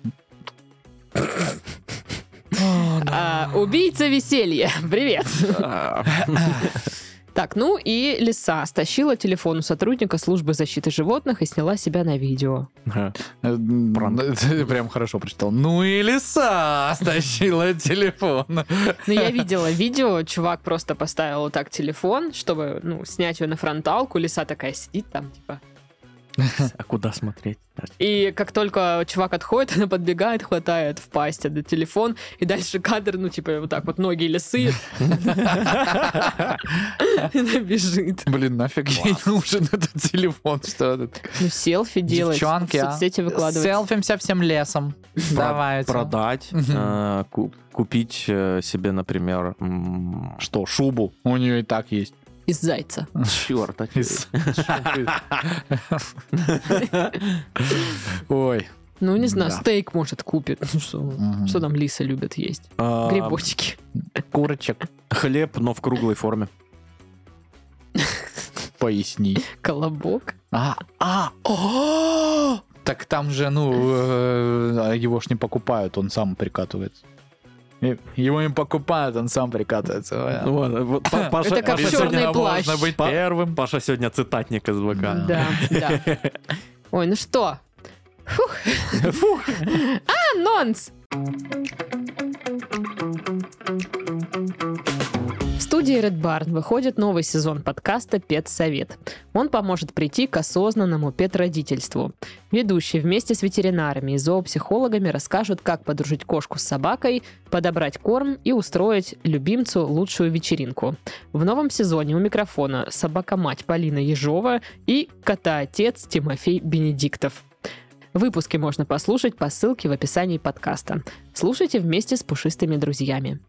Speaker 1: А, убийца веселья. [laughs] Привет.
Speaker 3: [laughs]
Speaker 1: Так, ну и лиса стащила телефон у сотрудника службы защиты животных и сняла себя на видео.
Speaker 2: Ага.
Speaker 3: Э, м, ты Прям хорошо прочитал. Ну и лиса стащила телефон.
Speaker 1: Но Ну, я видела видео, чувак просто поставил вот так телефон, чтобы, ну, снять ее на фронталку, лиса такая сидит там, типа.
Speaker 2: А куда смотреть?
Speaker 1: И как только чувак отходит, [laughs] она подбегает, хватает в пасть этот телефон, и дальше кадр, ну, типа, вот так вот ноги лисы, [laughs] и она бежит.
Speaker 3: Блин, нафиг ей нужен этот телефон, что это?
Speaker 1: Ну, селфи делать, в
Speaker 3: Девчонки, а?
Speaker 1: соцсети выкладывать.
Speaker 3: Селфимся всем лесом. Давайте.
Speaker 2: Продать, э, ку- купить э, себе, например, м,
Speaker 3: Что, шубу? У нее и так есть.
Speaker 1: Из зайца.
Speaker 2: Черт,
Speaker 3: Из шубы. [laughs] Ой.
Speaker 1: Ну, не знаю,
Speaker 3: Да.
Speaker 1: стейк, может, купит. Ну, что,
Speaker 3: Мгм.
Speaker 1: что там лисы любят есть?
Speaker 2: А,
Speaker 1: Грибочки. [laughs]
Speaker 3: Курочек.
Speaker 2: Хлеб, но в круглой форме.
Speaker 3: Поясни.
Speaker 1: Колобок.
Speaker 3: А, а, о! Так там же, ну, э, его ж не покупают, он сам прикатывается. Э, Его не покупают, он сам прикатывается. Э,
Speaker 2: Вот, вот, Па- Паша-
Speaker 1: Это как
Speaker 2: Паша
Speaker 1: черный
Speaker 2: сегодня-
Speaker 1: плащ.
Speaker 3: Можно быть
Speaker 2: Па-
Speaker 3: первым.
Speaker 2: Паша сегодня цитатник из ВК.
Speaker 1: Да, да. Ой, ну что? Фух. Анонс! В студии Red Barn выходит новый сезон подкаста «Педсовет». Он поможет прийти к осознанному петродительству. Ведущие вместе с ветеринарами и зоопсихологами расскажут, как подружить кошку с собакой, подобрать корм и устроить любимцу лучшую вечеринку. В новом сезоне у микрофона собака-мать Полина Ежова и кота-отец Тимофей Бенедиктов. Выпуски можно послушать по ссылке в описании подкаста. Слушайте вместе с пушистыми друзьями.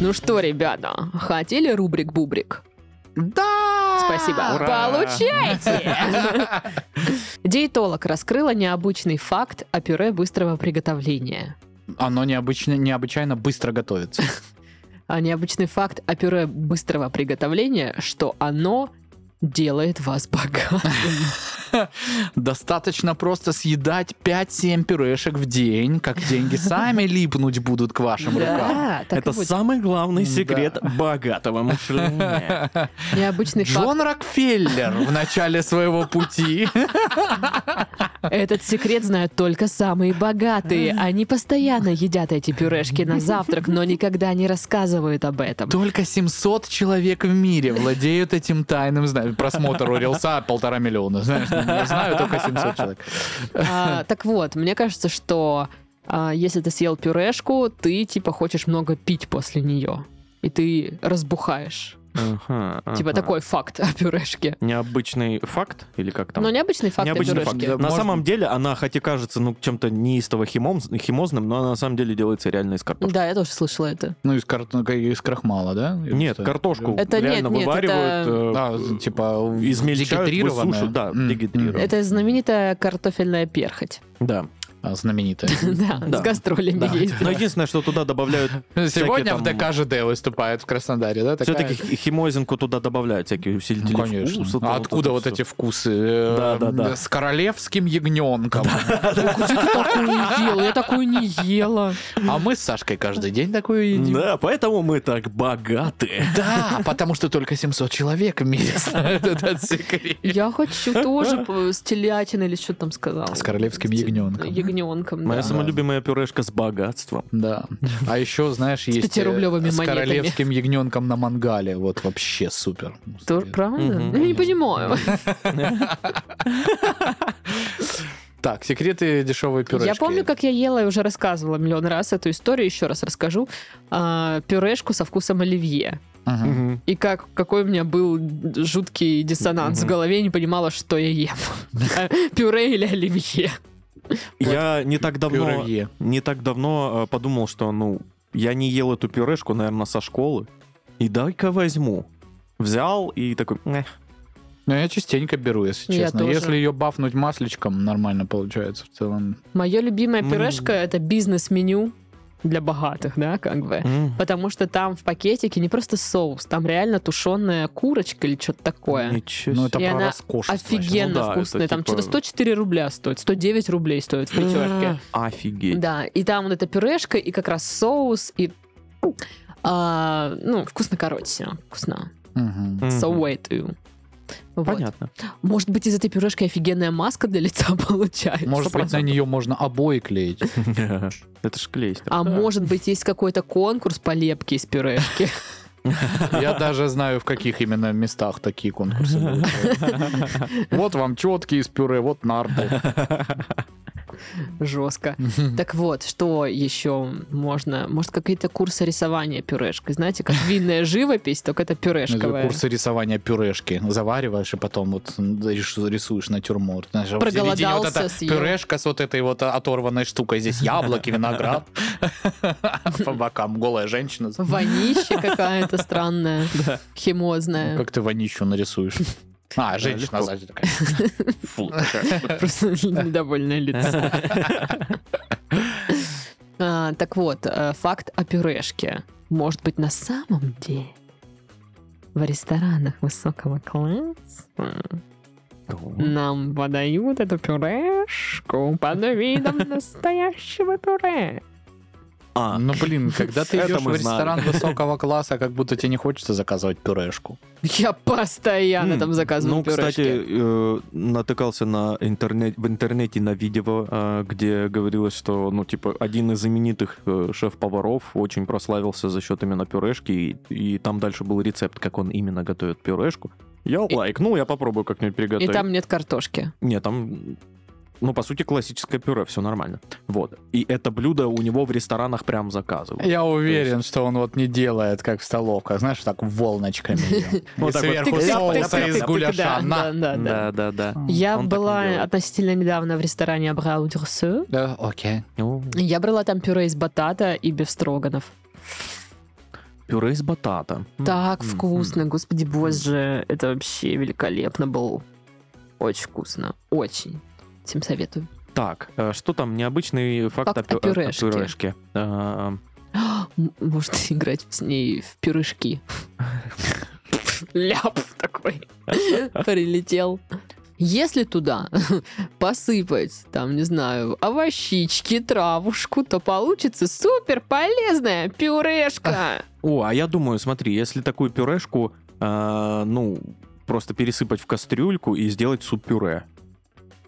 Speaker 1: Ну что, ребята, хотели рубрик-бубрик?
Speaker 3: Да!
Speaker 1: Спасибо.
Speaker 3: Ура! [laughs]
Speaker 1: Получайте! Диетолог раскрыла необычный факт о пюре быстрого приготовления.
Speaker 3: Оно необычно, необычайно быстро готовится.
Speaker 1: А необычный факт о пюре быстрого приготовления, что оно делает вас богатым.
Speaker 3: Достаточно просто съедать 5-7 пюрешек в день, как деньги сами липнуть будут к вашим рукам.
Speaker 1: Да, так
Speaker 2: Это
Speaker 1: и будет.
Speaker 2: самый главный
Speaker 3: Да.
Speaker 2: секрет богатого мышления.
Speaker 1: необычный факт.
Speaker 3: Джон Рокфеллер в начале своего пути.
Speaker 1: Этот секрет знают только самые богатые. Они постоянно едят эти пюрешки на завтрак,
Speaker 2: [laughs]
Speaker 1: но никогда не рассказывают об этом.
Speaker 3: Только 700 человек в мире владеют этим тайным знанием. Просмотр у Рилса полтора миллиона. Знаешь, ну, я знаю только 700 человек.
Speaker 1: А, так вот, мне кажется, что а, если ты съел пюрешку, ты типа хочешь много пить после нее. И ты разбухаешь.
Speaker 2: Ага,
Speaker 1: Типа
Speaker 2: ага.
Speaker 1: такой факт о пюрешке.
Speaker 2: Необычный факт? Или как там?
Speaker 1: Но необычный Ну, факт о
Speaker 2: Необычный факт.
Speaker 1: пюрешке.
Speaker 2: На
Speaker 3: Да, можно.
Speaker 2: самом деле она хоть и кажется ну, чем-то неистово химом, химозным, но она на самом деле делается реально из картошки.
Speaker 1: Да, я тоже слышала это.
Speaker 3: Ну, из, кар- ну, как- из крахмала, да? Или
Speaker 2: Нет,
Speaker 3: Ну, что?
Speaker 2: картошку
Speaker 1: Это нет,
Speaker 2: реально
Speaker 1: нет, это-
Speaker 2: вываривают.
Speaker 3: Да,
Speaker 2: э,
Speaker 3: типа
Speaker 2: измельчают,
Speaker 3: дегидрированная.
Speaker 2: высушивают, да,
Speaker 3: М,
Speaker 2: дегидрированная.
Speaker 3: м.
Speaker 1: Это знаменитая картофельная перхоть. [laughs]
Speaker 2: Да.
Speaker 3: А,
Speaker 2: [laughs]
Speaker 3: Знаменитая.
Speaker 1: Да,
Speaker 2: Да.
Speaker 1: с гастролями
Speaker 2: Да.
Speaker 1: есть.
Speaker 2: Но единственное, что туда добавляют
Speaker 3: Сегодня
Speaker 2: там-
Speaker 3: в ДКЖД выступает в Краснодаре, да? такая?
Speaker 2: все-таки химозинку туда добавляют всякие усилители
Speaker 3: Ну, конечно.
Speaker 2: вкуса,
Speaker 3: А
Speaker 2: там
Speaker 3: откуда
Speaker 2: это
Speaker 3: вот
Speaker 2: всё.
Speaker 3: эти вкусы? Э,
Speaker 2: Да, да, да.
Speaker 3: С королевским ягненком.
Speaker 1: Ой, ты такую ела? Я такую не ела.
Speaker 3: А мы с Сашкой каждый день такую едим.
Speaker 2: Да, поэтому мы так богаты.
Speaker 3: Да, потому что только 700 человек в мире знают этот секрет.
Speaker 1: Я хочу тоже п- с телятиной или что там сказала.
Speaker 3: С королевским
Speaker 1: С те- Ягненком,
Speaker 3: ягненком.
Speaker 2: Моя
Speaker 1: да.
Speaker 2: самолюбимая пюрешка с богатством.
Speaker 3: Да. А еще, знаешь, есть э,
Speaker 1: пятирублевыми
Speaker 3: с
Speaker 1: монетами.
Speaker 3: королевским ягненком на мангале. Вот вообще супер.
Speaker 1: Тоже Правда?
Speaker 2: Мгм.
Speaker 1: Я не понимаю.
Speaker 3: Так, секреты дешевой пюрешки.
Speaker 1: Я помню, как я ела и уже рассказывала миллион раз эту историю, еще раз расскажу. А, Пюрешку со вкусом оливье.
Speaker 3: Мгм.
Speaker 1: И как, какой у меня был жуткий диссонанс в
Speaker 2: Мгм.
Speaker 1: голове, я не понимала, что я ем. А, Пюре или оливье.
Speaker 2: Я не так давно,
Speaker 3: Пюре.
Speaker 2: не так давно э, подумал, что ну я не ел эту пюрешку, наверное, со школы. И дай-ка возьму. Взял и такой. «Мeh».
Speaker 3: Ну, я частенько беру, если
Speaker 1: Я
Speaker 3: честно.
Speaker 1: тоже.
Speaker 3: Если ее бафнуть масличком, нормально получается в целом.
Speaker 1: Мое любимое
Speaker 2: М.
Speaker 1: пюрешка это бизнес-меню для богатых, да, как бы.
Speaker 2: М,
Speaker 1: Потому что там в пакетике не просто соус, там реально тушеная курочка или что-то такое.
Speaker 2: Ничего себе.
Speaker 3: Ну, это
Speaker 1: И
Speaker 3: про
Speaker 1: она
Speaker 3: роскошество.
Speaker 1: Офигенно
Speaker 2: Ну да, это
Speaker 1: вкусная. Там
Speaker 2: типа-
Speaker 1: что-то 104 рубля стоит, 109 рублей стоит в
Speaker 2: [laughs]
Speaker 1: пятерке.
Speaker 2: Офигеть.
Speaker 1: Да, и там вот эта пюрешка, и как раз соус, и... а, ну, вкусно, короче, всё, вкусно.
Speaker 3: Мгм.
Speaker 2: Мгм.
Speaker 1: So wait you. Вот.
Speaker 2: Понятно. [laughs]
Speaker 1: Может быть, из этой пюрешки офигенная маска для лица [laughs] получается.
Speaker 3: Может быть, на
Speaker 2: 100%.
Speaker 3: нее можно обои клеить.
Speaker 2: Это ж клейстер.
Speaker 1: А может быть, есть какой-то конкурс по лепке из пюрешки.
Speaker 3: Я даже знаю, в каких именно местах такие конкурсы будут. Вот вам четкие из пюре, вот нарты.
Speaker 1: Жестко. Так вот, что еще можно? Может, какие-то курсы рисования пюрешкой? Знаете, как винная живопись, только это
Speaker 3: Это
Speaker 1: пюрешковая.
Speaker 3: Курсы рисования пюрешки. Завариваешь, и потом вот рис- рисуешь натюрморт. Знаешь, а в
Speaker 1: Проголодался,
Speaker 3: середине вот эта
Speaker 1: съел.
Speaker 3: пюрешка с вот этой вот оторванной штукой. Здесь яблоки, виноград. [laughs] По бокам голая женщина.
Speaker 1: Вонища какая-то странная, химозная.
Speaker 3: Как ты вонищу нарисуешь? А, женщина
Speaker 2: легко.
Speaker 3: сзади такая.
Speaker 2: Фу.
Speaker 1: Просто недовольное лицо. А, Так вот, э, факт о пюрешке. Может быть, на самом деле в ресторанах высокого класса [laughs] Нам подают эту пюрешку под [laughs] видом настоящего пюре.
Speaker 2: А,
Speaker 3: Ну, блин, когда [laughs] ты
Speaker 2: Это
Speaker 3: идешь
Speaker 2: мы
Speaker 3: в ресторан
Speaker 2: знали.
Speaker 3: высокого класса, как будто тебе не хочется заказывать пюрешку.
Speaker 1: Я постоянно
Speaker 2: М,
Speaker 1: там заказываю
Speaker 2: Ну, кстати,
Speaker 1: пюрешки.
Speaker 2: э, натыкался на интернет, в интернете на видео, э, где говорилось, что, ну, типа, один из знаменитых э, шеф-поваров очень прославился за счет именно пюрешки, и, и там дальше был рецепт, как он именно готовит пюрешку. Я
Speaker 1: И-
Speaker 2: лайкнул, я попробую как-нибудь
Speaker 1: И
Speaker 2: приготовить.
Speaker 1: там нет картошки.
Speaker 2: Не, там... Ну, по сути, классическое пюре, все нормально. Вот. И это блюдо у него в ресторанах прям заказывают.
Speaker 3: Я уверен, что он вот не делает, как в столовках, знаешь, так
Speaker 1: [laughs]
Speaker 3: волночками. её.
Speaker 2: Вот
Speaker 3: И
Speaker 2: так вот.
Speaker 3: сверху
Speaker 2: Тык-тык,
Speaker 3: соуса
Speaker 2: тык-тык,
Speaker 3: из
Speaker 2: тык-тык,
Speaker 3: гуляша.
Speaker 1: Да,
Speaker 3: На.
Speaker 1: да, да.
Speaker 2: да, да.
Speaker 1: Я
Speaker 2: Он так не
Speaker 1: была
Speaker 2: делает.
Speaker 1: относительно недавно в ресторане Абрау Дюрсо.
Speaker 3: Да, окей.
Speaker 2: О,
Speaker 1: Я брала там пюре из батата и бефстроганов.
Speaker 2: Пюре из батата. М,
Speaker 1: Так
Speaker 2: м, м.
Speaker 1: вкусно, господи боже. Это вообще великолепно было. Очень вкусно. Очень. Всем советую.
Speaker 2: Так, э, что там необычный факт,
Speaker 1: Факт о
Speaker 2: пю-
Speaker 1: пюрешке.
Speaker 2: пюрешке? Э,
Speaker 1: М- Может [laughs] играть с ней в пирожки. Ляп такой.
Speaker 2: [laughs]
Speaker 1: Прилетел. Если туда [laughs] посыпать, там, не знаю, овощички, травушку, то получится супер полезная пюрешка.
Speaker 2: О, а я думаю, смотри, если такую пюрешку, э, ну, просто пересыпать в кастрюльку и сделать суп-пюре.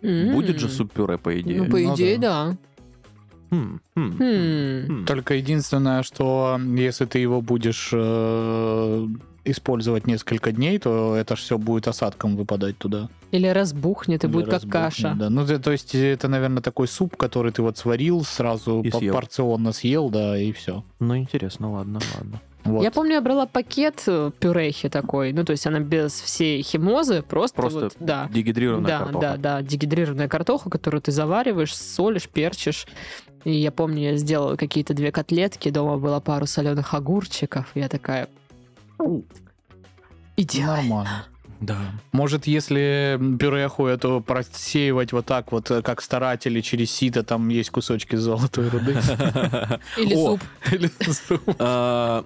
Speaker 1: М.
Speaker 2: Будет же суп-пюре, по идее?
Speaker 1: Ну, по
Speaker 3: Ну
Speaker 1: идее, да.
Speaker 2: Хм, хм,
Speaker 1: Хм.
Speaker 2: хм.
Speaker 3: Только единственное, что если ты его будешь э, использовать несколько дней, то это ж все будет осадком выпадать туда.
Speaker 1: Или разбухнет и
Speaker 3: Или
Speaker 1: будет как
Speaker 3: разбухнет,
Speaker 1: каша.
Speaker 3: Да. Ну, то то есть это, наверное, такой суп, который ты вот сварил, сразу
Speaker 2: И
Speaker 3: по-
Speaker 2: съел.
Speaker 3: порционно съел, да, и все.
Speaker 2: Ну, интересно, ладно, ладно.
Speaker 3: Вот.
Speaker 1: Я помню, я брала пакет э, пюрехи такой, ну, то есть она без всей химозы, просто,
Speaker 2: Просто
Speaker 1: вот, да.
Speaker 2: Дегидрированная
Speaker 1: Да,
Speaker 2: картоха.
Speaker 1: да, да, дегидрированная картоха, которую ты завариваешь, солишь, перчишь. И я помню, я сделала какие-то две котлетки, дома было пару соленых огурчиков, и я такая... Идеально.
Speaker 3: Нормально.
Speaker 2: Да.
Speaker 3: Может, если пюреху эту просеивать вот так вот, э, как старатели через сито, там есть кусочки
Speaker 2: [laughs]
Speaker 3: золотой руды.
Speaker 1: Или
Speaker 2: О.
Speaker 1: суп.
Speaker 3: Или зуб
Speaker 2: А,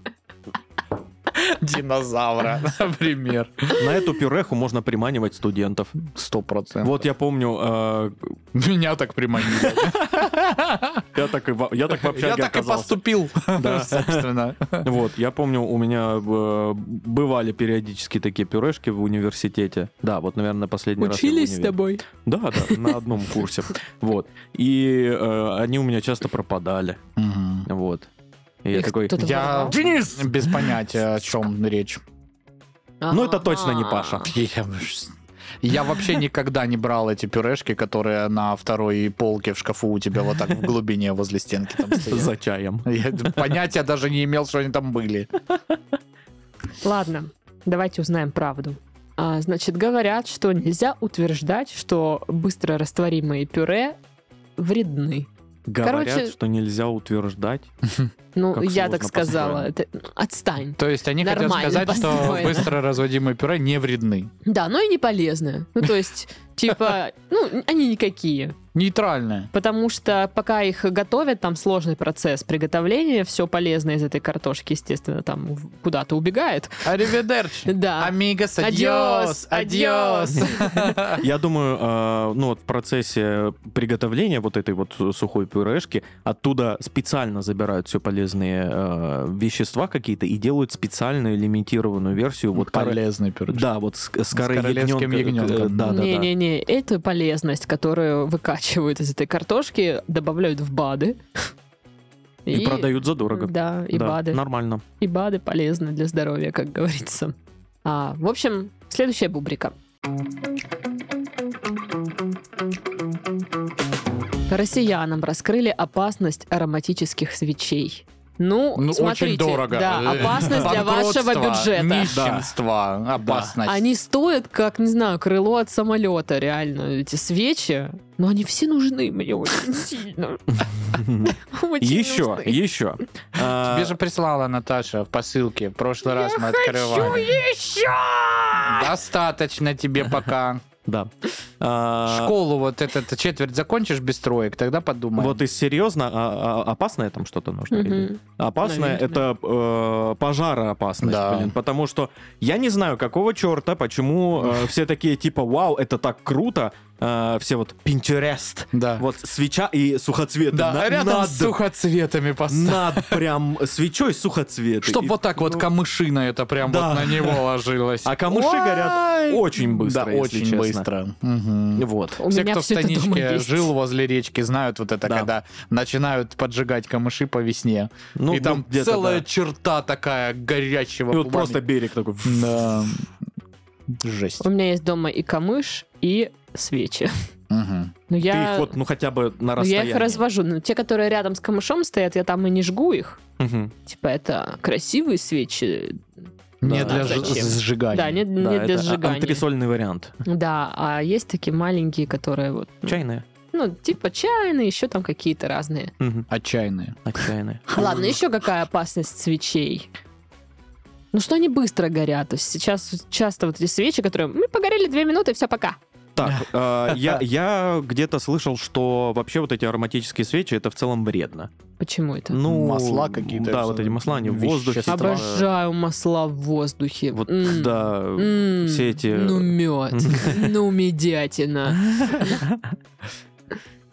Speaker 3: динозавра, например.
Speaker 2: Э, На эту пюреху можно приманивать студентов.
Speaker 3: Сто процентов.
Speaker 2: Вот я помню, а,
Speaker 3: Меня так [laughs] приманили.
Speaker 2: я так и во- я так в
Speaker 3: Я
Speaker 2: общаге
Speaker 3: так и
Speaker 2: оказался.
Speaker 3: поступил,
Speaker 2: Да.
Speaker 3: собственно.
Speaker 2: Вот, я помню, у меня э, бывали периодически такие пюрешки в университете. Да, вот, наверное, последний раз. я в
Speaker 1: Учились с
Speaker 2: универе.
Speaker 1: тобой?
Speaker 2: Да, да, на
Speaker 1: [laughs]
Speaker 2: одном курсе. Вот. И э, они у меня часто пропадали.
Speaker 3: Мгм.
Speaker 2: Вот. И я
Speaker 1: Их
Speaker 2: такой,
Speaker 1: кто-то
Speaker 3: Я
Speaker 1: воровал?
Speaker 3: без понятия, о чем речь.
Speaker 2: ну это точно не
Speaker 1: А-а-а.
Speaker 2: Паша.
Speaker 3: Я, я вообще никогда не брал эти пюрешки, которые на второй полке в шкафу у тебя вот так в глубине возле стенки там стоят.
Speaker 2: за чаем.
Speaker 3: Я понятия даже не имел, что они там были.
Speaker 1: Ладно, давайте узнаем правду. А, значит, говорят, что нельзя утверждать, что быстро растворимые пюре вредны.
Speaker 2: Говорят,
Speaker 1: Короче-
Speaker 2: что нельзя утверждать.
Speaker 1: Ну,
Speaker 2: Как
Speaker 1: я
Speaker 2: сложно
Speaker 1: так сказала. Это... ну, Отстань.
Speaker 3: То есть они хотят
Speaker 1: Нормально,
Speaker 3: сказать, что
Speaker 1: построено.
Speaker 3: быстро разводимые пюре не вредны.
Speaker 1: Да, но и не полезны. Ну, то есть, [laughs] типа, ну, они никакие.
Speaker 3: Нейтральные.
Speaker 1: Потому что пока их готовят, там сложный процесс приготовления, все полезное из этой картошки, естественно, там в- куда-то убегает.
Speaker 3: Аривидерчи.
Speaker 1: Да.
Speaker 3: Амигос,
Speaker 1: Адьос,
Speaker 3: адьос,
Speaker 1: адьос.
Speaker 3: адьос.
Speaker 2: Я думаю, а, ну вот в процессе приготовления вот этой вот сухой пюрешки оттуда специально забирают все полезные а, вещества какие-то и делают специальную лимитированную версию. Вот коры-
Speaker 3: Полезный пюре.
Speaker 2: Да, вот с, с корой
Speaker 3: королевским
Speaker 2: ягненка,
Speaker 3: ягненком.
Speaker 2: Да, да, да.
Speaker 1: Не-не-не, это полезность, которую выкачивают из этой картошки, добавляют в БАДы.
Speaker 2: И продают задорого.
Speaker 1: Да, и
Speaker 2: Да,
Speaker 1: БАДы. [laughs]
Speaker 2: Нормально. [laughs]
Speaker 1: И БАДы полезны для здоровья, как говорится. А, в общем, следующая бубрика. Россиянам раскрыли опасность ароматических свечей. Ну,
Speaker 3: Ну,
Speaker 1: смотрите,
Speaker 3: очень дорого. Э,
Speaker 1: да,
Speaker 2: Э,
Speaker 1: опасность для вашего
Speaker 3: Банкротство,
Speaker 1: бюджета.
Speaker 3: Нищенство, опасность.
Speaker 1: Они стоят, как, не знаю, крыло от самолета, реально, эти свечи. Но они все нужны мне очень сильно. Очень
Speaker 2: Еще,
Speaker 1: нужны.
Speaker 2: еще. А,
Speaker 3: Тебе же прислала Наташа в посылке. В прошлый раз мы
Speaker 1: Хочу
Speaker 3: открывали.
Speaker 1: еще!
Speaker 3: Достаточно тебе пока.
Speaker 2: Да. А,
Speaker 3: Школу вот этот четверть закончишь без троек, тогда подумай.
Speaker 2: Вот из серьезно, а- а- опасное там что-то нужно? или-
Speaker 1: Мгм.
Speaker 2: Опасное
Speaker 1: Наверное.
Speaker 2: это э, пожароопасность,
Speaker 3: Да.
Speaker 2: блин, потому что я не знаю, какого черта, почему э, все такие типа, вау, это так круто, э, все вот Pinterest,
Speaker 3: Да.
Speaker 2: вот свеча и сухоцветы,
Speaker 3: Да,
Speaker 2: на-
Speaker 3: рядом
Speaker 2: над,
Speaker 3: с сухоцветами поставь.
Speaker 2: над прям свечой сухоцветы.
Speaker 3: Чтоб
Speaker 2: И-
Speaker 3: вот так вот
Speaker 2: ну,
Speaker 3: камыши на это прям
Speaker 2: Да.
Speaker 3: вот на него ложилось.
Speaker 2: А камыши
Speaker 3: Ой.
Speaker 2: горят очень быстро,
Speaker 3: Да,
Speaker 2: если
Speaker 3: очень
Speaker 2: честно.
Speaker 3: быстро. Мгм.
Speaker 2: Вот.
Speaker 1: У
Speaker 3: Все,
Speaker 1: меня
Speaker 3: кто в
Speaker 1: все это дома
Speaker 3: станичке
Speaker 1: есть.
Speaker 3: жил возле речки, знают вот это,
Speaker 2: Да.
Speaker 3: когда начинают поджигать камыши по весне.
Speaker 2: Ну,
Speaker 3: и
Speaker 2: ну,
Speaker 3: там
Speaker 2: где-то,
Speaker 3: целая
Speaker 2: да.
Speaker 3: черта такая горячего.
Speaker 2: И вот
Speaker 3: пламени.
Speaker 2: просто берег такой. [laughs]
Speaker 3: Да. Жесть.
Speaker 1: У меня есть дома и камыш, и свечи. [laughs]
Speaker 3: Мгм.
Speaker 1: Но
Speaker 2: Ты
Speaker 1: я,
Speaker 2: их вот, ну, хотя бы на
Speaker 1: но я
Speaker 2: расстоянии.
Speaker 1: их развожу. Но те, которые рядом с камышом стоят, я там и не жгу их.
Speaker 2: Мгм.
Speaker 1: Типа, это красивые свечи.
Speaker 3: Не
Speaker 2: Да.
Speaker 3: для
Speaker 1: А
Speaker 3: ж-
Speaker 1: зачем?
Speaker 3: сжигания.
Speaker 1: Да, не, не
Speaker 2: Да,
Speaker 1: для
Speaker 2: это а,
Speaker 1: сжигания.
Speaker 2: антресольный вариант.
Speaker 1: Да, а есть такие маленькие, которые вот... ну,
Speaker 2: Чайная.
Speaker 1: Ну, типа чайные, еще там какие-то разные.
Speaker 2: Мгм.
Speaker 3: Отчаянные.
Speaker 2: А чайная.
Speaker 1: Ладно, еще какая опасность свечей? Ну, что они быстро горят. То есть сейчас часто вот эти свечи, которые... Мы погорели две минуты, все, пока. [laughs]
Speaker 2: Так, э, я, я где-то слышал, что вообще вот эти ароматические свечи это в целом вредно.
Speaker 1: Почему это?
Speaker 2: Ну,
Speaker 3: Масла какие-то,
Speaker 2: Да, вот эти масла, они в
Speaker 3: вещества.
Speaker 2: воздухе.
Speaker 3: это
Speaker 1: Обожаю масла в воздухе.
Speaker 2: типа, Вот,
Speaker 1: М.
Speaker 2: да.
Speaker 1: М.
Speaker 2: все эти-
Speaker 1: Ну, мед. Ну, медятина.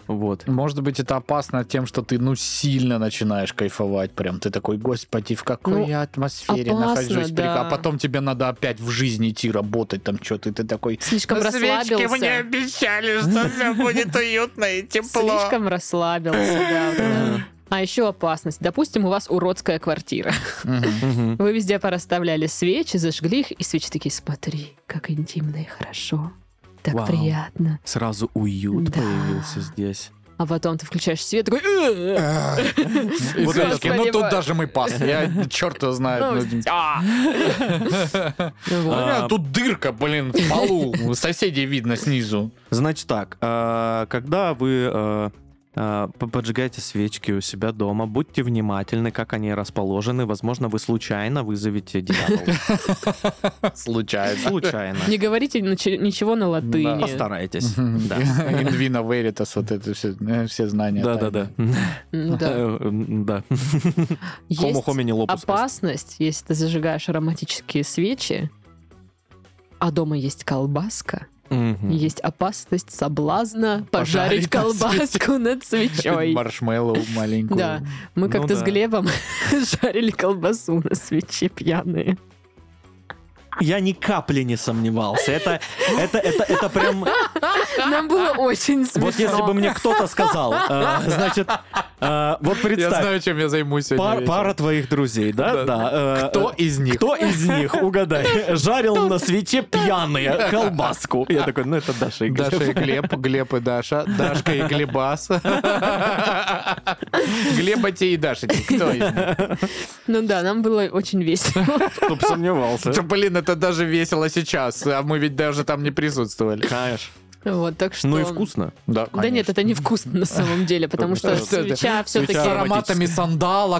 Speaker 2: Вот.
Speaker 3: Может быть, это опасно тем, что ты, ну, сильно начинаешь кайфовать прям. Ты такой, господи, в какой
Speaker 1: Ну,
Speaker 3: я атмосфере
Speaker 1: опасно,
Speaker 3: нахожусь. прик-
Speaker 1: да.
Speaker 3: А потом тебе надо опять в жизни идти работать там что-то. И ты такой,
Speaker 1: Слишком
Speaker 4: На свечке мне
Speaker 1: расслабился.
Speaker 4: обещали, что все будет уютно и тепло.
Speaker 1: Слишком расслабился, да. вот это. А еще опасность. Допустим, у вас уродская квартира.
Speaker 3: «Мгм,
Speaker 2: Мгм.
Speaker 1: Вы везде пораставляли свечи, зажгли их, и свечи такие, смотри, как интимно и хорошо. Так
Speaker 2: Вау.
Speaker 1: приятно.
Speaker 2: Сразу уют
Speaker 1: Да.
Speaker 2: появился здесь.
Speaker 1: а потом ты включаешь свет, такой... «Э,
Speaker 3: И
Speaker 1: Вот
Speaker 3: все
Speaker 1: это
Speaker 3: такие,
Speaker 1: вот.
Speaker 3: ну тут даже мы пас. Я черт его знает. ну,
Speaker 1: новость, а». Вот.
Speaker 3: а, Тут дырка, блин, в полу. Соседей видно снизу.
Speaker 2: Значит так, э, когда вы э, э, п- поджигаете свечки у себя дома, будьте внимательны, как они расположены. Возможно, вы случайно
Speaker 1: [laughs]
Speaker 2: вызовете дьявола.
Speaker 3: Случается.
Speaker 2: Случайно.
Speaker 1: Не говорите начи- ничего на
Speaker 3: Да.
Speaker 1: латыни.
Speaker 2: Постарайтесь. Да.
Speaker 3: Инвина Веритас, вот это все, э, все знания.
Speaker 2: Да-да-да.
Speaker 1: М, да.
Speaker 2: [laughs] Э, м, Да. Homo
Speaker 1: Есть
Speaker 2: homini а lopus est.
Speaker 1: опасность, если ты зажигаешь ароматические свечи, а дома есть колбаска,
Speaker 2: Мгм.
Speaker 1: есть опасность соблазна пожарить
Speaker 3: Пожарить на свече.
Speaker 1: колбаску над
Speaker 3: тайны.
Speaker 1: свечой.
Speaker 3: Маршмеллоу маленькую.
Speaker 1: Да. Мы
Speaker 2: Ну
Speaker 1: как-то с
Speaker 2: да.
Speaker 1: Глебом [laughs] жарили колбасу на свече пьяные.
Speaker 2: Я ни капли не сомневался. Это, это, это, это прям...
Speaker 1: Нам было очень
Speaker 2: Вот если бы
Speaker 1: смешно.
Speaker 2: мне кто-то сказал, э, значит, э, вот
Speaker 3: Я
Speaker 2: представь,
Speaker 3: знаю, чем я займусь сегодня
Speaker 2: пар-
Speaker 3: вечером.
Speaker 2: пара твоих друзей, да?
Speaker 3: Да.
Speaker 2: да э,
Speaker 3: Кто из них?
Speaker 2: Кто из них, угадай, жарил на свече пьяные колбаску? Я такой, ну это Даша и Глеб.
Speaker 3: Даша и Глеб, Глеб и Даша, Дашка и Глебас. Глеба те и Даша. Кто из них?
Speaker 1: Ну да, нам было очень
Speaker 2: [laughs]
Speaker 1: весело.
Speaker 2: Кто бы сомневался.
Speaker 3: Да, Блин, это даже весело сейчас, а мы ведь даже там не присутствовали.
Speaker 2: Конечно.
Speaker 1: Вот, так что...
Speaker 2: Ну и вкусно.
Speaker 3: Да,
Speaker 1: Да нет, это невкусно на самом деле, потому что
Speaker 3: Что это?
Speaker 1: свеча
Speaker 3: С
Speaker 1: все-таки...
Speaker 3: ароматами сандала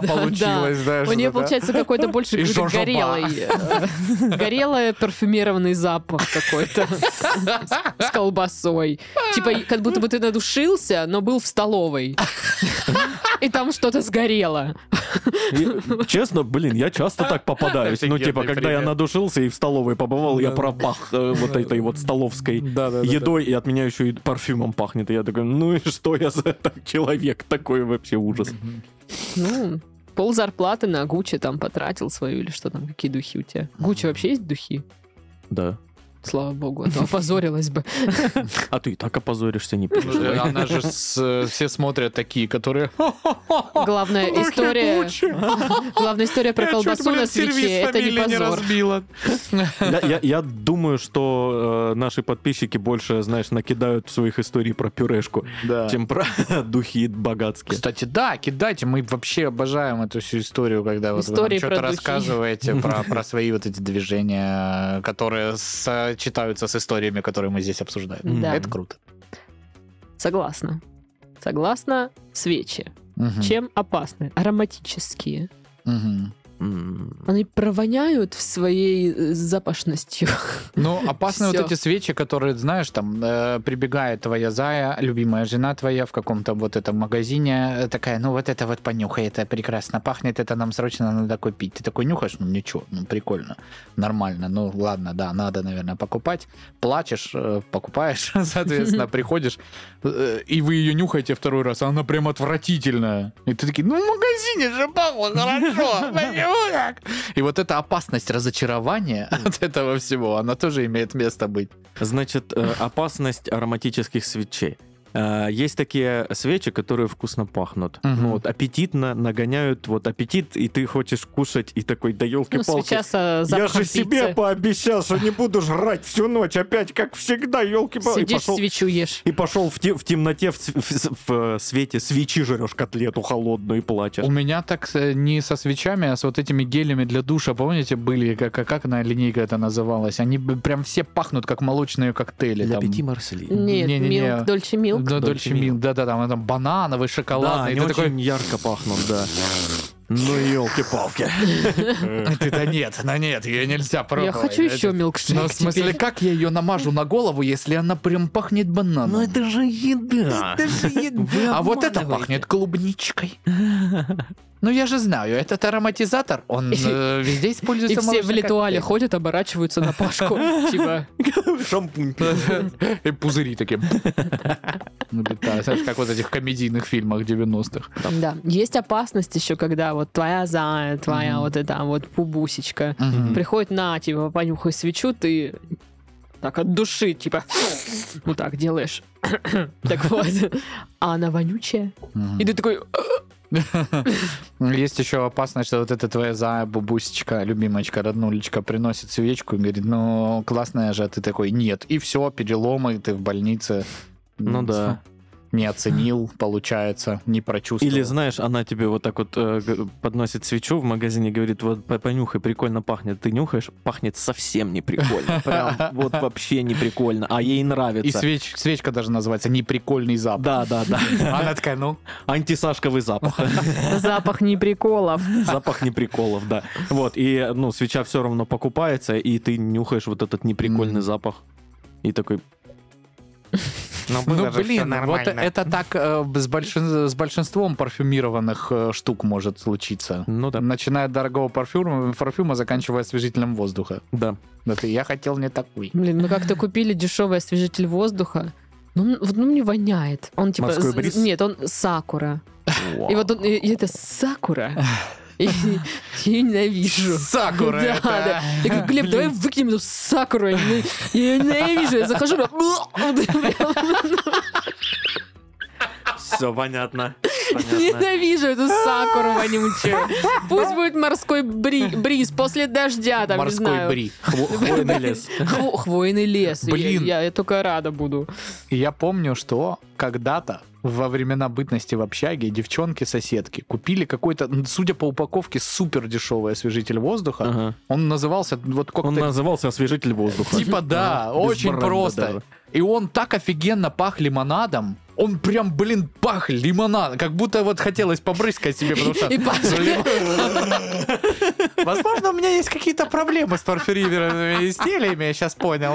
Speaker 1: [laughs] Да, да,
Speaker 3: получилась. да,
Speaker 1: У нее
Speaker 3: что-то.
Speaker 1: получается какой-то больше
Speaker 3: И
Speaker 1: какой-то
Speaker 3: Жоржа Ба.
Speaker 1: горелый, э, горелый парфюмированный запах какой-то с, с колбасой. Типа и- как будто бы ты надушился, но был в столовой. И там что-то сгорело.
Speaker 2: И, Честно, блин, я часто так попадаюсь. Ну,
Speaker 3: Офигенный
Speaker 2: типа, когда я
Speaker 3: пример.
Speaker 2: надушился и в столовой побывал, я
Speaker 3: Да.
Speaker 2: пропах э, вот этой вот столовской
Speaker 3: Да-да-да-да.
Speaker 2: едой, и от меня еще и парфюмом пахнет. И я такой, ну и что я за так- человек такой вообще ужас.
Speaker 1: Ну, пол зарплаты на Гуччи там потратил свою или что там, какие духи у тебя. Гуччи вообще есть духи?
Speaker 2: Да.
Speaker 1: Слава богу, а то опозорилась бы.
Speaker 2: А ты и так опозоришься, не
Speaker 3: Ну
Speaker 2: переживай.
Speaker 3: Она же с, э, все смотрят такие, которые... [laughs]
Speaker 1: Главная
Speaker 3: Духи
Speaker 1: Э, история...
Speaker 3: Гуччи.
Speaker 1: Главная история про
Speaker 3: Я чуть,
Speaker 1: колбасу на
Speaker 3: блин,
Speaker 1: свече.
Speaker 3: сервис
Speaker 1: Это не
Speaker 3: фамилии не
Speaker 1: позор.
Speaker 3: разбила.
Speaker 2: [laughs] Я, я- я думаю, что э, наши подписчики больше, знаешь, накидают в своих историй про пюрешку,
Speaker 3: Да.
Speaker 2: чем про [laughs] духи богатские.
Speaker 3: Кстати, да, кидайте. Мы вообще обожаем эту всю историю, когда вот
Speaker 1: Истории
Speaker 3: вы там
Speaker 1: про
Speaker 3: что-то
Speaker 1: духи.
Speaker 3: рассказываете про, про свои вот эти движения, которые сочетаются с историями, которые мы здесь обсуждаем.
Speaker 1: Да.
Speaker 3: Это круто.
Speaker 1: Согласна. Согласна, свечи.
Speaker 3: Мгм.
Speaker 1: Чем опасны? Ароматические.
Speaker 3: Мгм.
Speaker 2: М.
Speaker 1: Они провоняют в своей э, запашностью.
Speaker 3: Ну, опасны вот
Speaker 1: Всё.
Speaker 3: эти свечи, которые, знаешь, там, э, прибегает твоя зая, любимая жена твоя в каком-то вот этом магазине, э, такая, ну, вот это вот понюхай, это прекрасно пахнет, это нам срочно надо купить. Ты такой нюхаешь, ну, ничего, ну, прикольно, нормально, ну, ладно, да, надо, наверное, покупать. Плачешь, э, покупаешь, [laughs] соответственно, приходишь, э, и вы ее нюхаете второй раз, а она прям отвратительная. И ты такие, ну, в магазине же пахло хорошо, [laughs] почему так? И вот эта опасность разочарования [laughs] от этого всего, она тоже имеет место быть.
Speaker 2: Значит, э, опасность ароматических свечей. Э, Есть такие свечи, которые вкусно пахнут.
Speaker 3: Мгм.
Speaker 2: Ну, вот аппетитно нагоняют вот аппетит, и ты хочешь кушать, и такой, да
Speaker 1: Ну,
Speaker 2: елки-палки.
Speaker 1: свеча со
Speaker 2: я
Speaker 1: запахом
Speaker 2: же себе
Speaker 1: пиццы.
Speaker 2: пообещал, что не буду жрать всю ночь, опять как всегда, елки-палки. И
Speaker 1: Сидишь,
Speaker 2: пошел-
Speaker 1: свечу ешь.
Speaker 2: И пошел в, те- в темноте, в, ц- в- в, э, свете свечи жрешь котлету холодную и плачешь.
Speaker 3: У меня так э, не со свечами, а с вот этими гелями для душа, помните, были, как, как- как на линейка это называлась? Они б- прям все пахнут, как молочные коктейли. там.
Speaker 2: Марсели.
Speaker 1: Нет,
Speaker 3: не-не-не.
Speaker 1: милк, дольче милк.
Speaker 3: Да,
Speaker 2: Дольче
Speaker 3: Дольче
Speaker 2: Милк.
Speaker 3: Милк, да-да, там, там банановый,
Speaker 2: Да,
Speaker 3: шоколадный.
Speaker 2: они
Speaker 3: И ты такой,
Speaker 2: очень ярко пахнут, да. Ну, елки-палки.
Speaker 3: «Ай, ты, да нет, [laughs] да нет, ее нельзя пробовать.
Speaker 1: Я хочу
Speaker 3: Это-
Speaker 1: еще
Speaker 3: Ну,
Speaker 1: милкшейк
Speaker 3: в смысле, [laughs]
Speaker 1: теперь.
Speaker 3: как я ее намажу на голову, если она прям пахнет бананом?
Speaker 2: Ну, же еда. Вы
Speaker 3: А вот это
Speaker 2: обманываете.
Speaker 3: пахнет клубничкой. Ну я же знаю, этот ароматизатор, он э, везде
Speaker 1: И
Speaker 3: используется. в
Speaker 1: все в
Speaker 3: молочных
Speaker 1: литуале ходят, оборачиваются на Пашку. Типа,
Speaker 2: Шампунь.
Speaker 3: коктейлях. [laughs] И пузыри
Speaker 1: [laughs]
Speaker 3: такие. Ну, да, Знаешь, как вот в этих комедийных фильмах 90-х.
Speaker 1: да. Есть опасность еще, когда вот твоя зая, твоя
Speaker 3: Мгм.
Speaker 1: вот эта вот пубусечка
Speaker 3: Мгм.
Speaker 1: приходит на, типа, понюхай свечу, ты так от души, типа, вот так делаешь. [coughs] Так вот. А она вонючая.
Speaker 3: Мгм.
Speaker 1: И ты такой,
Speaker 3: Есть еще опасность, что вот эта твоя зая, бабусечка, любимочка, роднулечка приносит свечку и говорит, ну классная же, а ты такой, нет. И все, переломы, и ты в больнице.
Speaker 2: Ну да.
Speaker 3: [laughs] не оценил, получается, не прочувствовал.
Speaker 2: Или, знаешь, она тебе вот так вот э, г- подносит свечу в магазине, говорит, вот по- понюхай, прикольно пахнет. Ты нюхаешь, пахнет совсем не прикольно. Прям вот вообще не прикольно. А ей
Speaker 3: И
Speaker 2: нравится.
Speaker 3: свеч- свечка даже называется «Неприкольный запах».
Speaker 2: Да, да, [laughs] да.
Speaker 3: Она такая, ну,
Speaker 2: Антисашковый запах. [laughs]
Speaker 1: э, Запах не приколов.
Speaker 2: Запах неприколов, да. Вот, и, ну, свеча все равно покупается, и ты нюхаешь вот этот неприкольный
Speaker 3: М.
Speaker 2: запах. И такой,
Speaker 4: Ну, было же всё
Speaker 3: вот
Speaker 4: нормально.
Speaker 3: это так э, с, большин- с большинством парфюмированных э, штук может случиться.
Speaker 2: ну да,
Speaker 3: Начиная от дорогого парфюма, парфюма, заканчивая освежителем воздуха.
Speaker 2: да.
Speaker 3: Да ты, я хотел не такой.
Speaker 1: Блин, ну как-то купили дешевый освежитель воздуха. Ну, м- вот, ну, мне воняет. Он типа...
Speaker 2: Морской
Speaker 1: з-
Speaker 2: бриз?
Speaker 1: Нет, он сакура. И вот он... и- и это сакура. И [laughs] я ее ненавижу.
Speaker 3: Сакура
Speaker 1: Да,
Speaker 3: это.
Speaker 1: да. Я говорю, Глеб, давай выкинем эту сакуру. Я её ненавижу. Я захожу, [laughs] прям,
Speaker 2: Все понятно.
Speaker 1: [laughs] ненавижу эту
Speaker 3: [laughs]
Speaker 1: сакуру вонючую. Пусть будет морской бри- бриз после дождя, там, не
Speaker 3: Морской
Speaker 1: знаю.
Speaker 3: бри.
Speaker 2: Хвойный лес.
Speaker 1: Хво- Хвойный лес. Я-
Speaker 3: Блин.
Speaker 1: Я я только рада буду.
Speaker 3: И Я помню, что когда-то во времена бытности в общаге девчонки-соседки купили какой-то, ну, судя по упаковке, супер дешевый освежитель воздуха.
Speaker 2: Ага.
Speaker 3: Он назывался вот как-то...
Speaker 2: Он назывался освежитель воздуха.
Speaker 3: Типа да,
Speaker 2: Ага. Без
Speaker 3: очень
Speaker 2: бренда
Speaker 3: просто.
Speaker 2: даже.
Speaker 3: И он так офигенно пах лимонадом. Он прям, блин, пах лимонад. Как будто вот хотелось побрызгать себе, потому что...
Speaker 1: И пошли.
Speaker 3: Возможно, у меня есть какие-то проблемы с парфюмерными изделиями, я сейчас понял.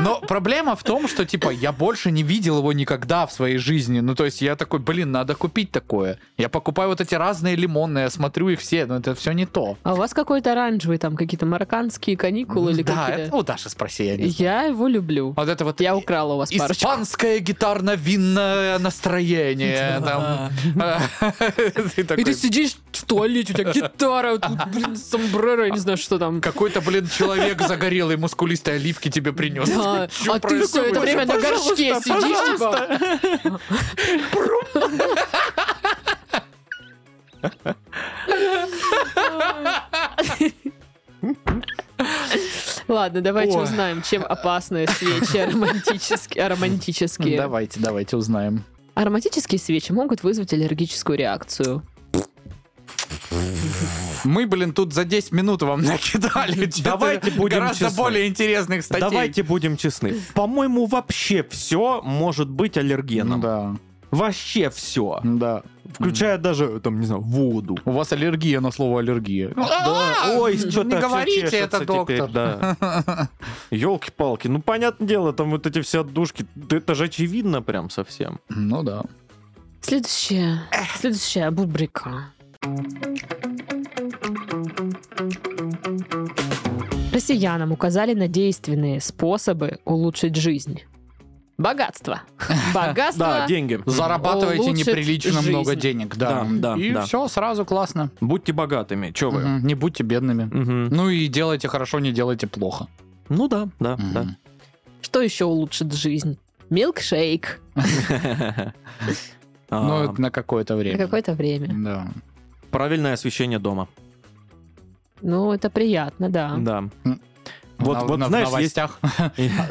Speaker 3: Ну, Но проблема в том, что, типа, я больше не видел его никогда в своей жизни. Ну, то есть я такой, блин, надо купить такое. Я покупаю вот эти разные лимонные, я смотрю их все, но это все не то.
Speaker 1: А у вас какой-то оранжевый, там какие-то марокканские каникулы или
Speaker 3: да, это, А
Speaker 1: какие-то?
Speaker 3: ну, Даша, спроси, я не знаю.
Speaker 1: Я его люблю.
Speaker 3: Вот это вот
Speaker 1: Я украла у вас парочку.
Speaker 3: Испанское гитарно-винное настроение. Там.
Speaker 1: [laughs]
Speaker 3: [laughs] Ты
Speaker 1: И ты
Speaker 3: такой,
Speaker 1: сидишь в туалете, у тебя гитара, тут, блин, сомбреро, я не знаю, что там.
Speaker 3: Какой-то, блин, человек загорелый, мускулистый оливки тебе принес. [laughs]
Speaker 1: Да. А ты все это время на горшке сидишь, типа. Ладно, давайте
Speaker 3: Ой.
Speaker 1: узнаем, чем опасны свечи ароматические. ароматические.
Speaker 3: Давайте, давайте узнаем.
Speaker 1: Ароматические свечи могут вызвать аллергическую реакцию.
Speaker 3: Мы, блин, тут за 10 минут вам [laughs] накидали. чё-то
Speaker 2: Давайте будем
Speaker 3: Гораздо
Speaker 2: честны.
Speaker 3: более интересных статей.
Speaker 2: Давайте будем честны. По-моему, вообще все может быть аллергеном.
Speaker 3: Да, Ну,
Speaker 2: Вообще все.
Speaker 3: да.
Speaker 2: Включая даже, там, не знаю, воду.
Speaker 3: У вас аллергия на слово аллергия.
Speaker 1: А!
Speaker 2: Да. Ой, что-то
Speaker 3: А! не говорите это, доктор. [laughs]
Speaker 2: Елки-палки. Ну, понятное дело, там вот эти все отдушки. Да Это же очевидно прям совсем.
Speaker 3: Ну да.
Speaker 1: Следующая, следующая бубрика. Россиянам указали на действенные способы улучшить жизнь. Богатство.
Speaker 2: Да,
Speaker 1: Богатство.
Speaker 2: деньги.
Speaker 3: Зарабатываете
Speaker 1: Улучшит
Speaker 3: неприлично
Speaker 1: жизнь.
Speaker 3: много денег, да.
Speaker 2: Да, да,
Speaker 3: И
Speaker 2: да.
Speaker 3: все, сразу классно.
Speaker 2: Будьте богатыми. Че вы?
Speaker 3: Мгм, Не будьте бедными.
Speaker 2: Мгм.
Speaker 3: Ну и делайте хорошо, не делайте плохо.
Speaker 2: Ну да, да,
Speaker 3: Мгм.
Speaker 1: Что еще улучшит жизнь? Милкшейк.
Speaker 3: [laughs]
Speaker 2: да.
Speaker 3: Ну,
Speaker 2: А,
Speaker 3: это на какое-то
Speaker 1: На
Speaker 3: время.
Speaker 1: какое-то время.
Speaker 3: Да.
Speaker 2: Правильное освещение дома.
Speaker 1: Ну, это приятно,
Speaker 3: А.
Speaker 1: да.
Speaker 2: Да.
Speaker 3: М.
Speaker 2: Вот,
Speaker 3: На-
Speaker 2: вот
Speaker 3: на- в
Speaker 2: знаешь, есть...
Speaker 3: новостях. [laughs]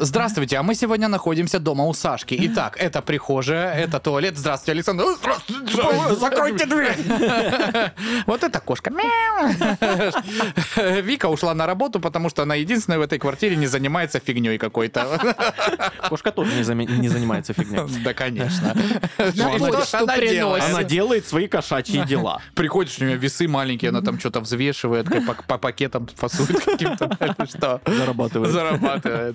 Speaker 2: [laughs]
Speaker 3: Здравствуйте, а мы сегодня находимся дома у Сашки. Итак, это прихожая, это туалет. Здравствуйте, Александр. «Э, Здравствуйте. Жа-
Speaker 4: Закройте дверь!
Speaker 3: Вот это кошка. Мяу. [laughs] Вика ушла на работу, потому что она единственная в этой квартире не занимается фигней какой-то.
Speaker 2: Кошка тоже не заме- не занимается фигней.
Speaker 3: Да, конечно.
Speaker 1: На
Speaker 3: Ну, Что
Speaker 1: почту
Speaker 3: ж она делает?
Speaker 1: приносит.
Speaker 2: Она делает свои кошачьи дела.
Speaker 3: Приходишь, у нее весы маленькие, она там что-то взвешивает, как по, по пакетам фасует каким-то. [laughs] Что?
Speaker 2: Зарабатывает.
Speaker 3: Зарабатывает.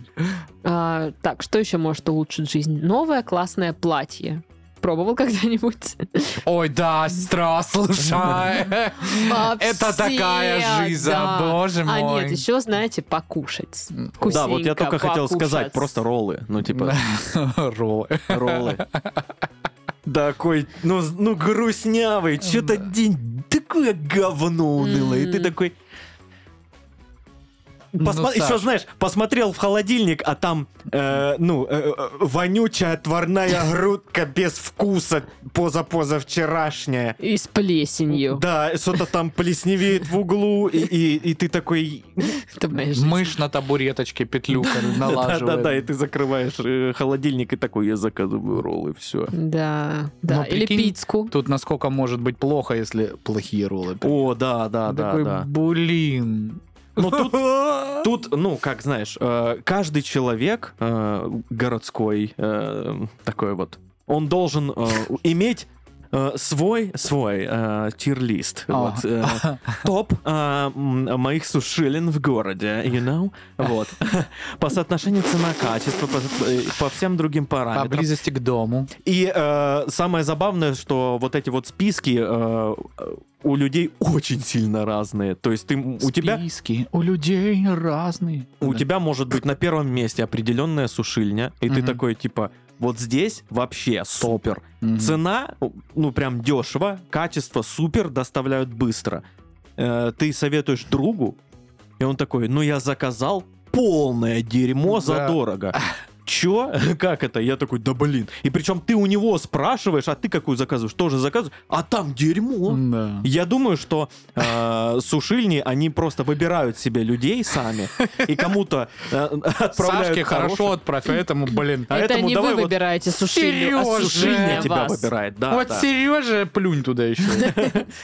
Speaker 1: А, так, что еще может улучшить жизнь? Новое классное платье. Пробовал [laughs] когда-нибудь?
Speaker 3: Ой, да, стра, [laughs] слушай. Это
Speaker 1: Вообще,
Speaker 3: такая жизнь,
Speaker 1: да.
Speaker 3: боже
Speaker 1: А
Speaker 3: мой.
Speaker 1: нет, еще, знаете, покушать.
Speaker 2: Да, вот я
Speaker 1: Вкусненько
Speaker 2: только хотел
Speaker 1: покушать.
Speaker 2: сказать, просто роллы. Ну, типа,
Speaker 3: Роллы.
Speaker 2: роллы. [laughs] Такой, ну, з- ну грустнявый, что-то день такое говно унылое. И ты
Speaker 1: М.
Speaker 2: такой, Посма-
Speaker 3: Ну,
Speaker 2: Еще,
Speaker 3: Саш.
Speaker 2: знаешь, посмотрел в холодильник, а там, э, ну, э, э, вонючая отварная грудка без вкуса поза-позавчерашняя.
Speaker 1: И с плесенью.
Speaker 2: Да, что-то там плесневеет в углу, и, и, и ты такой...
Speaker 1: Это моя жизнь.
Speaker 3: Мышь на
Speaker 2: [laughs]
Speaker 3: табуреточке петлю налаживает.
Speaker 2: Да-да-да, и ты закрываешь э, холодильник, и такой, я заказываю роллы, все.
Speaker 1: Да, да.
Speaker 3: Но
Speaker 1: Или
Speaker 3: Ну, прикинь,
Speaker 1: пиццку.
Speaker 3: Тут насколько может быть плохо, если плохие роллы.
Speaker 2: О, да-да-да.
Speaker 3: Такой,
Speaker 2: да.
Speaker 3: блин.
Speaker 2: Ну, тут, [laughs]
Speaker 3: А,
Speaker 2: тут, ну, как знаешь, э, каждый человек э, городской э, такой вот, он должен э, у- иметь э, свой свой э, тир-лист.
Speaker 3: А.
Speaker 2: Вот, [laughs] э, топ э, м, моих сушилин в городе, you know? Вот. [laughs] По соотношению цена-качество, по, э, по всем другим
Speaker 3: По
Speaker 2: параметрам.
Speaker 3: близости к дому.
Speaker 2: И э, самое забавное, что вот эти вот списки э, у людей очень сильно разные. То есть ты, м- у тебя
Speaker 3: Списки у людей разные.
Speaker 2: у
Speaker 3: Да.
Speaker 2: тебя может быть на первом месте определенная сушильня, и ты
Speaker 3: Мгм.
Speaker 2: такой типа, вот здесь вообще супер.
Speaker 3: Мгм.
Speaker 2: Цена, ну прям дешево, качество супер, доставляют быстро. Э, ты советуешь другу, и он такой, ну я заказал полное дерьмо за
Speaker 3: Да.
Speaker 2: дорого. Чё? [laughs] Как это? Я такой, да блин. И причем ты у него спрашиваешь, а ты какую заказываешь? Тоже заказываешь, а там дерьмо.
Speaker 3: Да.
Speaker 2: Я думаю, что э, сушильни, они просто выбирают себе людей сами, и кому-то э, отправляют
Speaker 3: Сашке хорошо
Speaker 2: хороших.
Speaker 3: отправь, поэтому, блин.
Speaker 2: [laughs] А
Speaker 1: Это
Speaker 2: этому
Speaker 1: не вы
Speaker 2: давай вот
Speaker 1: выбираете сушильню, а
Speaker 3: Серёжа.
Speaker 1: сушильня
Speaker 2: Сушильня тебя
Speaker 1: вас.
Speaker 2: выбирает, да.
Speaker 3: а, Вот
Speaker 2: да.
Speaker 3: Сережа, плюнь туда
Speaker 2: [laughs]
Speaker 3: еще.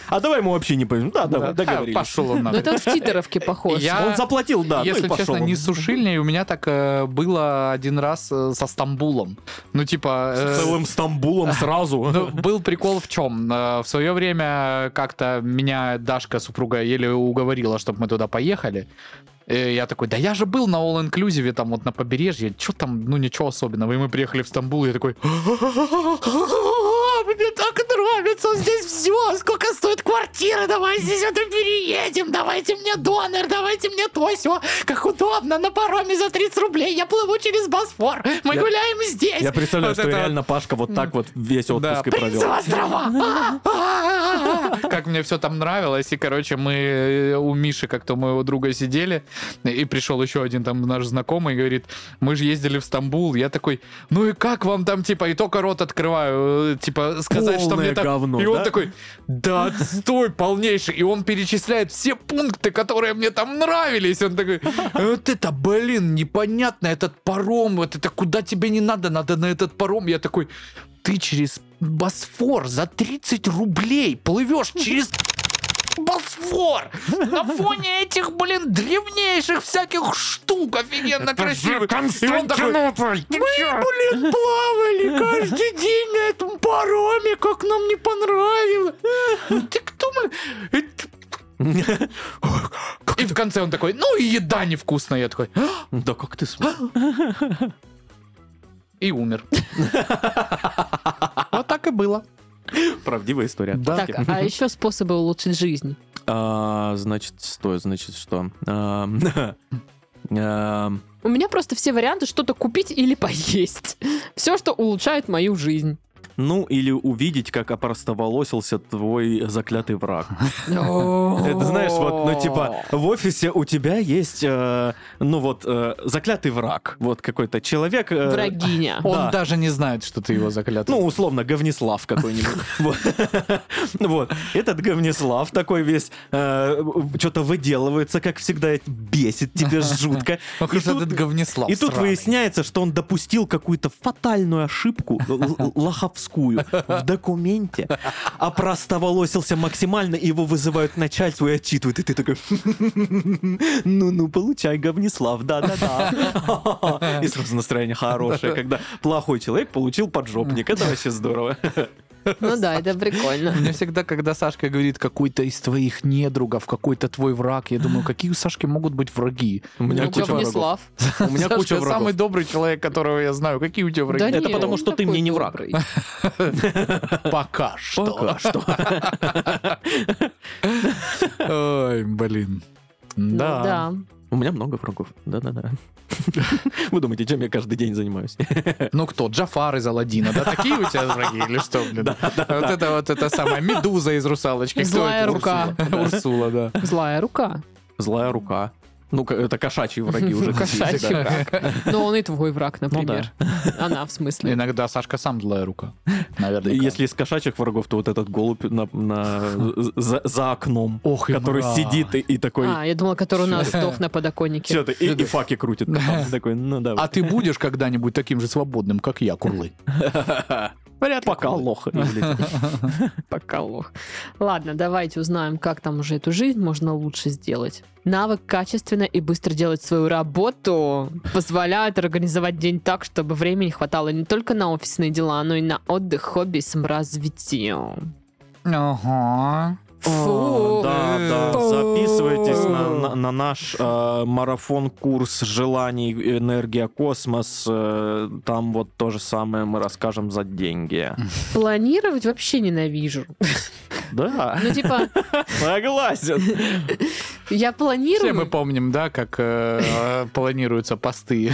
Speaker 2: А давай мы вообще не поймем. Да, да,
Speaker 3: Да.
Speaker 2: договорились.
Speaker 3: А, Пошел он
Speaker 1: Ну
Speaker 3: нахуй.
Speaker 1: это вот в титеровке похоже.
Speaker 3: Я-
Speaker 2: Он заплатил, да. ну и
Speaker 3: Если
Speaker 2: пошел
Speaker 3: честно,
Speaker 2: он.
Speaker 3: не с сушильней, у меня так э, было один раз э, со Стамбулом. Ну, типа... э,
Speaker 2: С целым
Speaker 3: [laughs]
Speaker 2: Стамбулом
Speaker 3: Ну,
Speaker 2: сразу.
Speaker 3: был прикол в чем? В свое время как-то меня Дашка, супруга, еле уговорила, чтобы мы туда поехали. И я такой, да я же был на All Inclusive, там вот на побережье, что там, ну ничего особенного. И мы приехали в Стамбул, и я такой, «А, мне так нравится здесь все, сколько стоит квартира, давай здесь это переедем, давайте мне донор, давайте мне то все, как удобно, на пароме за 30 рублей, я плыву через Босфор, мы
Speaker 2: Я-
Speaker 3: гуляем здесь.
Speaker 2: Я представляю,
Speaker 3: Вот
Speaker 2: что
Speaker 3: это вот.
Speaker 2: реально Пашка вот так вот весь
Speaker 3: Да,
Speaker 2: отпуск и провел.
Speaker 3: «Принцева острова! А-а-а! [laughs] Как мне все там нравилось. И, короче, мы э, у Миши как-то у моего друга сидели, и пришел еще один там наш знакомый, и говорит, мы же ездили в Стамбул. Я такой, ну и как вам там, типа, и только рот открываю, э, типа, сказать, что
Speaker 2: Полное
Speaker 3: мне там...
Speaker 2: говно,
Speaker 3: и он
Speaker 2: да?
Speaker 3: такой, да отстой полнейший. И он перечисляет все пункты, которые мне там нравились. Он такой, вот это, блин, непонятно, этот паром, вот это куда тебе не надо, надо на этот паром. Я такой, ты через Босфор за 30 рублей плывешь через Босфор! На фоне этих, блин, древнейших всяких штук офигенно красивых. И он такой, мы, блин, плавали каждый день на этом пароме, как нам не понравилось. Ну Ты кто, блин? Это- И в конце он такой, ну и еда невкусная. Я такой, «А?»
Speaker 2: [laughs] Да как ты см-
Speaker 3: и умер. Вот так и было.
Speaker 2: Правдивая история.
Speaker 1: Так, а еще способы улучшить жизнь.
Speaker 2: А, Значит, стой, значит, что? А, [laughs] Ам, ам,
Speaker 1: У меня просто все варианты что-то купить или поесть. Все, что улучшает мою жизнь.
Speaker 2: Ну, или увидеть, как опростоволосился твой заклятый
Speaker 3: [laughs]
Speaker 2: враг.
Speaker 1: Это
Speaker 2: Это знаешь, вот, ну, типа, в офисе у тебя есть, э, ну, вот, э, заклятый враг. Вот какой-то человек... э, [laughs]
Speaker 1: Врагиня.
Speaker 3: Он
Speaker 2: Да.
Speaker 3: даже не знает, что ты его заклятый.
Speaker 2: Ну, условно, Говнислав какой-нибудь. Вот. Вот. Этот Говнислав такой весь э, что-то выделывается, как всегда, это бесит тебя жутко.
Speaker 3: Ох
Speaker 2: и
Speaker 3: уж
Speaker 2: тут-
Speaker 3: этот говнеслав
Speaker 2: И тут
Speaker 3: сраный.
Speaker 2: выясняется, что он допустил какую-то фатальную ошибку, л- л- лоховскую, в документе, а простоволосился максимально, и его вызывают к начальству и отчитывают, и ты такой, ну-ну, получай, говнислав, да-да-да. И сразу настроение хорошее, когда плохой человек получил поджопник, это вообще здорово.
Speaker 1: Ну да, это прикольно.
Speaker 3: Мне всегда, когда Сашка говорит, какой-то из твоих недругов, какой-то твой враг, я думаю, какие у Сашки могут быть враги?
Speaker 2: У меня типа
Speaker 1: Ну,
Speaker 2: куча врагов.
Speaker 1: Говнислав.
Speaker 2: У меня
Speaker 3: Сашка
Speaker 2: куча
Speaker 3: самый
Speaker 2: врагов.
Speaker 3: добрый человек, которого я знаю. Какие у тебя враги?
Speaker 1: Да
Speaker 2: Это
Speaker 1: не,
Speaker 2: потому,
Speaker 1: он
Speaker 2: что ты
Speaker 1: такой
Speaker 2: мне не враг.
Speaker 1: добрый.
Speaker 3: Это пока что.
Speaker 2: Пока что.
Speaker 3: Ой, блин.
Speaker 1: Ну
Speaker 3: Да.
Speaker 1: Да.
Speaker 2: У меня много врагов, да-да-да. Вы думаете, чем я каждый день занимаюсь?
Speaker 3: Ну кто? Джафар из Аладдина, да? Такие у тебя враги или что, блин? Вот это вот это самая медуза из русалочки. Кто
Speaker 1: Злая
Speaker 3: это?
Speaker 1: рука.
Speaker 3: Урсула, Урсула, да.
Speaker 1: Злая рука.
Speaker 2: Злая рука.
Speaker 5: Ну, к- это кошачьи враги
Speaker 1: [laughs]
Speaker 5: уже.
Speaker 1: Кошачий
Speaker 5: действительно.
Speaker 1: враг. Но он и твой враг, например. Она, в смысле.
Speaker 3: Иногда Сашка сам злая рука. Наверное.
Speaker 5: Если из кошачьих врагов, то вот этот голубь на, на- за, за окном,
Speaker 3: Ох, и
Speaker 5: который
Speaker 3: мразь.
Speaker 5: сидит и, и такой...
Speaker 1: А, я думала, который у нас
Speaker 3: Всё.
Speaker 1: сдох на
Speaker 5: Все,
Speaker 1: подоконнике.
Speaker 5: и, и факи крутит. потом. Такой, ну да.
Speaker 3: А ты будешь когда-нибудь таким же свободным, как я, Курлы?
Speaker 5: [laughs] Вряд Пока лох. и улетел. [laughs]
Speaker 1: Пока лох. Ладно, давайте узнаем, как там уже эту жизнь можно лучше сделать. Навык качественно и быстро делать свою работу позволяет организовать день так, чтобы времени хватало не только на офисные дела, но и на отдых, хобби и саморазвитие.
Speaker 3: Ага.
Speaker 1: Фу!
Speaker 2: Да, да,
Speaker 1: Фу.
Speaker 2: записывайтесь на, на- на наш э, марафон-курс желаний «Энергия космос». Э, там вот то же самое мы расскажем за деньги.
Speaker 1: Планировать вообще ненавижу.
Speaker 2: Да,
Speaker 1: Ну, типа,
Speaker 2: согласен.
Speaker 1: [laughs] я
Speaker 3: Все мы
Speaker 1: планирую...
Speaker 3: помним, да, как э, э, планируются посты.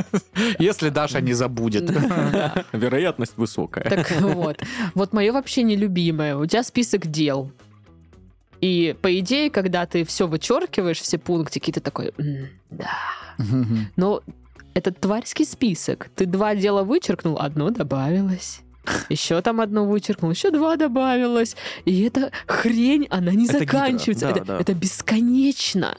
Speaker 3: [laughs] Если Даша не забудет. [laughs]
Speaker 5: Вероятность высокая.
Speaker 1: Так [laughs] вот. Вот мое вообще нелюбимое. У тебя список дел. И по идее, когда ты все вычеркиваешь, все пунктики, ты такой, «М, да. Но это тварьский список. Ты два дела вычеркнул, одно добавилось. Еще там одно вычеркнул, еще два добавилось. И эта хрень, она не
Speaker 2: Это гидра,
Speaker 1: заканчивается.
Speaker 2: да,
Speaker 1: это,
Speaker 2: да.
Speaker 1: это бесконечно.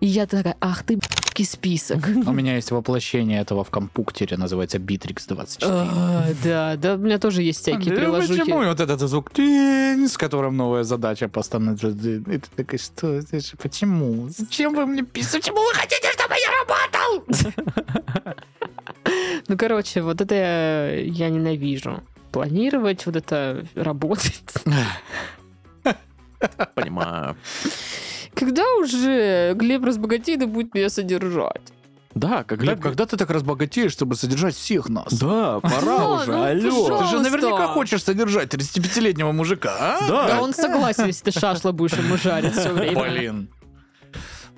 Speaker 1: И я такая, ах ты, б***ский
Speaker 2: [laughs]
Speaker 1: список.
Speaker 3: У меня есть воплощение этого в компуктере, называется Bitrix 24.
Speaker 1: А, Да, да, у меня тоже есть всякие
Speaker 2: А, ну
Speaker 3: Да
Speaker 1: приложуки.
Speaker 3: Почему вот этот звук «тинь», с которым новая задача постоянно... И ты такой, что это же, почему? Зачем вы мне писали? Почему вы хотите, чтобы я работал?
Speaker 1: [laughs] Ну, короче, вот это я, я ненавижу. Планировать, вот это работать. [laughs]
Speaker 5: Понимаю.
Speaker 1: Когда уже Глеб Разбогатейда будет меня содержать?
Speaker 5: Да, когда...
Speaker 3: Глеб, когда ты так разбогатеешь, чтобы содержать всех нас?
Speaker 5: Да, пора
Speaker 1: Ну,
Speaker 5: уже,
Speaker 1: ну,
Speaker 5: алло.
Speaker 1: пожалуйста.
Speaker 3: Ты же наверняка хочешь содержать 35-летнего мужика, а?
Speaker 1: Да
Speaker 5: Да,
Speaker 1: он согласен, если ты шашла будешь ему жарить все время.
Speaker 3: Блин.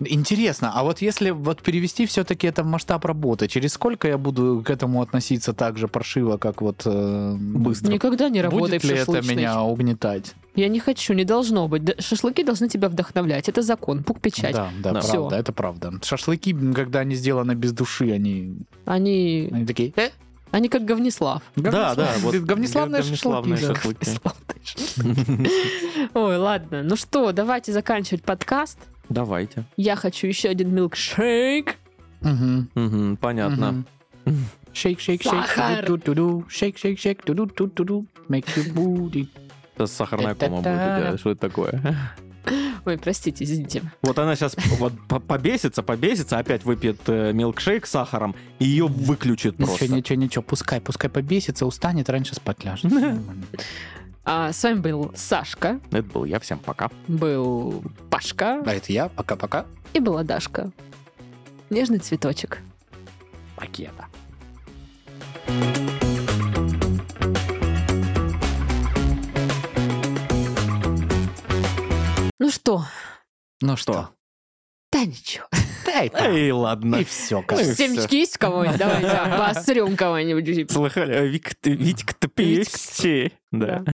Speaker 3: Интересно, а вот если вот перевести все-таки это в масштаб работы, через сколько я буду к этому относиться так же паршиво, как вот э, быстро?
Speaker 1: Никогда не работай
Speaker 3: Будет
Speaker 1: в
Speaker 3: ли это
Speaker 1: шашлычной.
Speaker 3: меня угнетать?
Speaker 1: Я не хочу, не должно быть. Да, Шашлыки должны тебя вдохновлять. Это закон, пук печать.
Speaker 3: Да, да,
Speaker 5: Да.
Speaker 3: правда,
Speaker 1: Ну, Всё.
Speaker 3: это правда. Шашлыки, м, когда они сделаны без души, они,
Speaker 1: Они,
Speaker 3: они такие... «Э,
Speaker 1: они как говнеслав.
Speaker 5: Да,
Speaker 3: говнеслав-
Speaker 5: да, вот
Speaker 3: Говнеславные шашлыки.
Speaker 2: говнеславные
Speaker 3: да.
Speaker 2: шашлыки.
Speaker 1: Говнеслав, ты что? Ой, ладно. Ну что, давайте заканчивать подкаст.
Speaker 5: Давайте.
Speaker 1: Я хочу еще один милкшейк.
Speaker 3: Мгм,
Speaker 5: Мгм, Понятно.
Speaker 3: мгм. Shake, shake, shake,
Speaker 1: Сахар.
Speaker 3: ду-ду-ду-ду, shake, shake, shake, ду-ду-ду-ду-ду, make your booty
Speaker 5: Это сахарная кома будет у тебя. Что это такое? [laughs]
Speaker 1: Ой, простите, извините.
Speaker 2: Вот она сейчас вот по- побесится, побесится, опять выпьет э, милкшейк с сахаром и ее выключит
Speaker 3: Ничего,
Speaker 2: просто.
Speaker 3: ничего, ничего, пускай, пускай побесится, устанет, раньше спать ляжет. Всё нормально.
Speaker 1: А, с вами был Сашка,
Speaker 5: Это был я. Всем пока.
Speaker 1: был Пашка
Speaker 3: А это я, пока-пока.
Speaker 1: и была Дашка. Нежный цветочек.
Speaker 5: Пакета.
Speaker 1: Ну что,
Speaker 3: Ну что?
Speaker 1: да ничего.
Speaker 3: Да и так.
Speaker 2: Эй, ладно.
Speaker 3: И все,
Speaker 2: Ну и всё.
Speaker 1: Семечки есть у кого-нибудь?
Speaker 2: [laughs]
Speaker 1: Давайте обосрем кого-нибудь.
Speaker 2: Слыхали? Витька
Speaker 1: Витька-певчи.
Speaker 2: Да.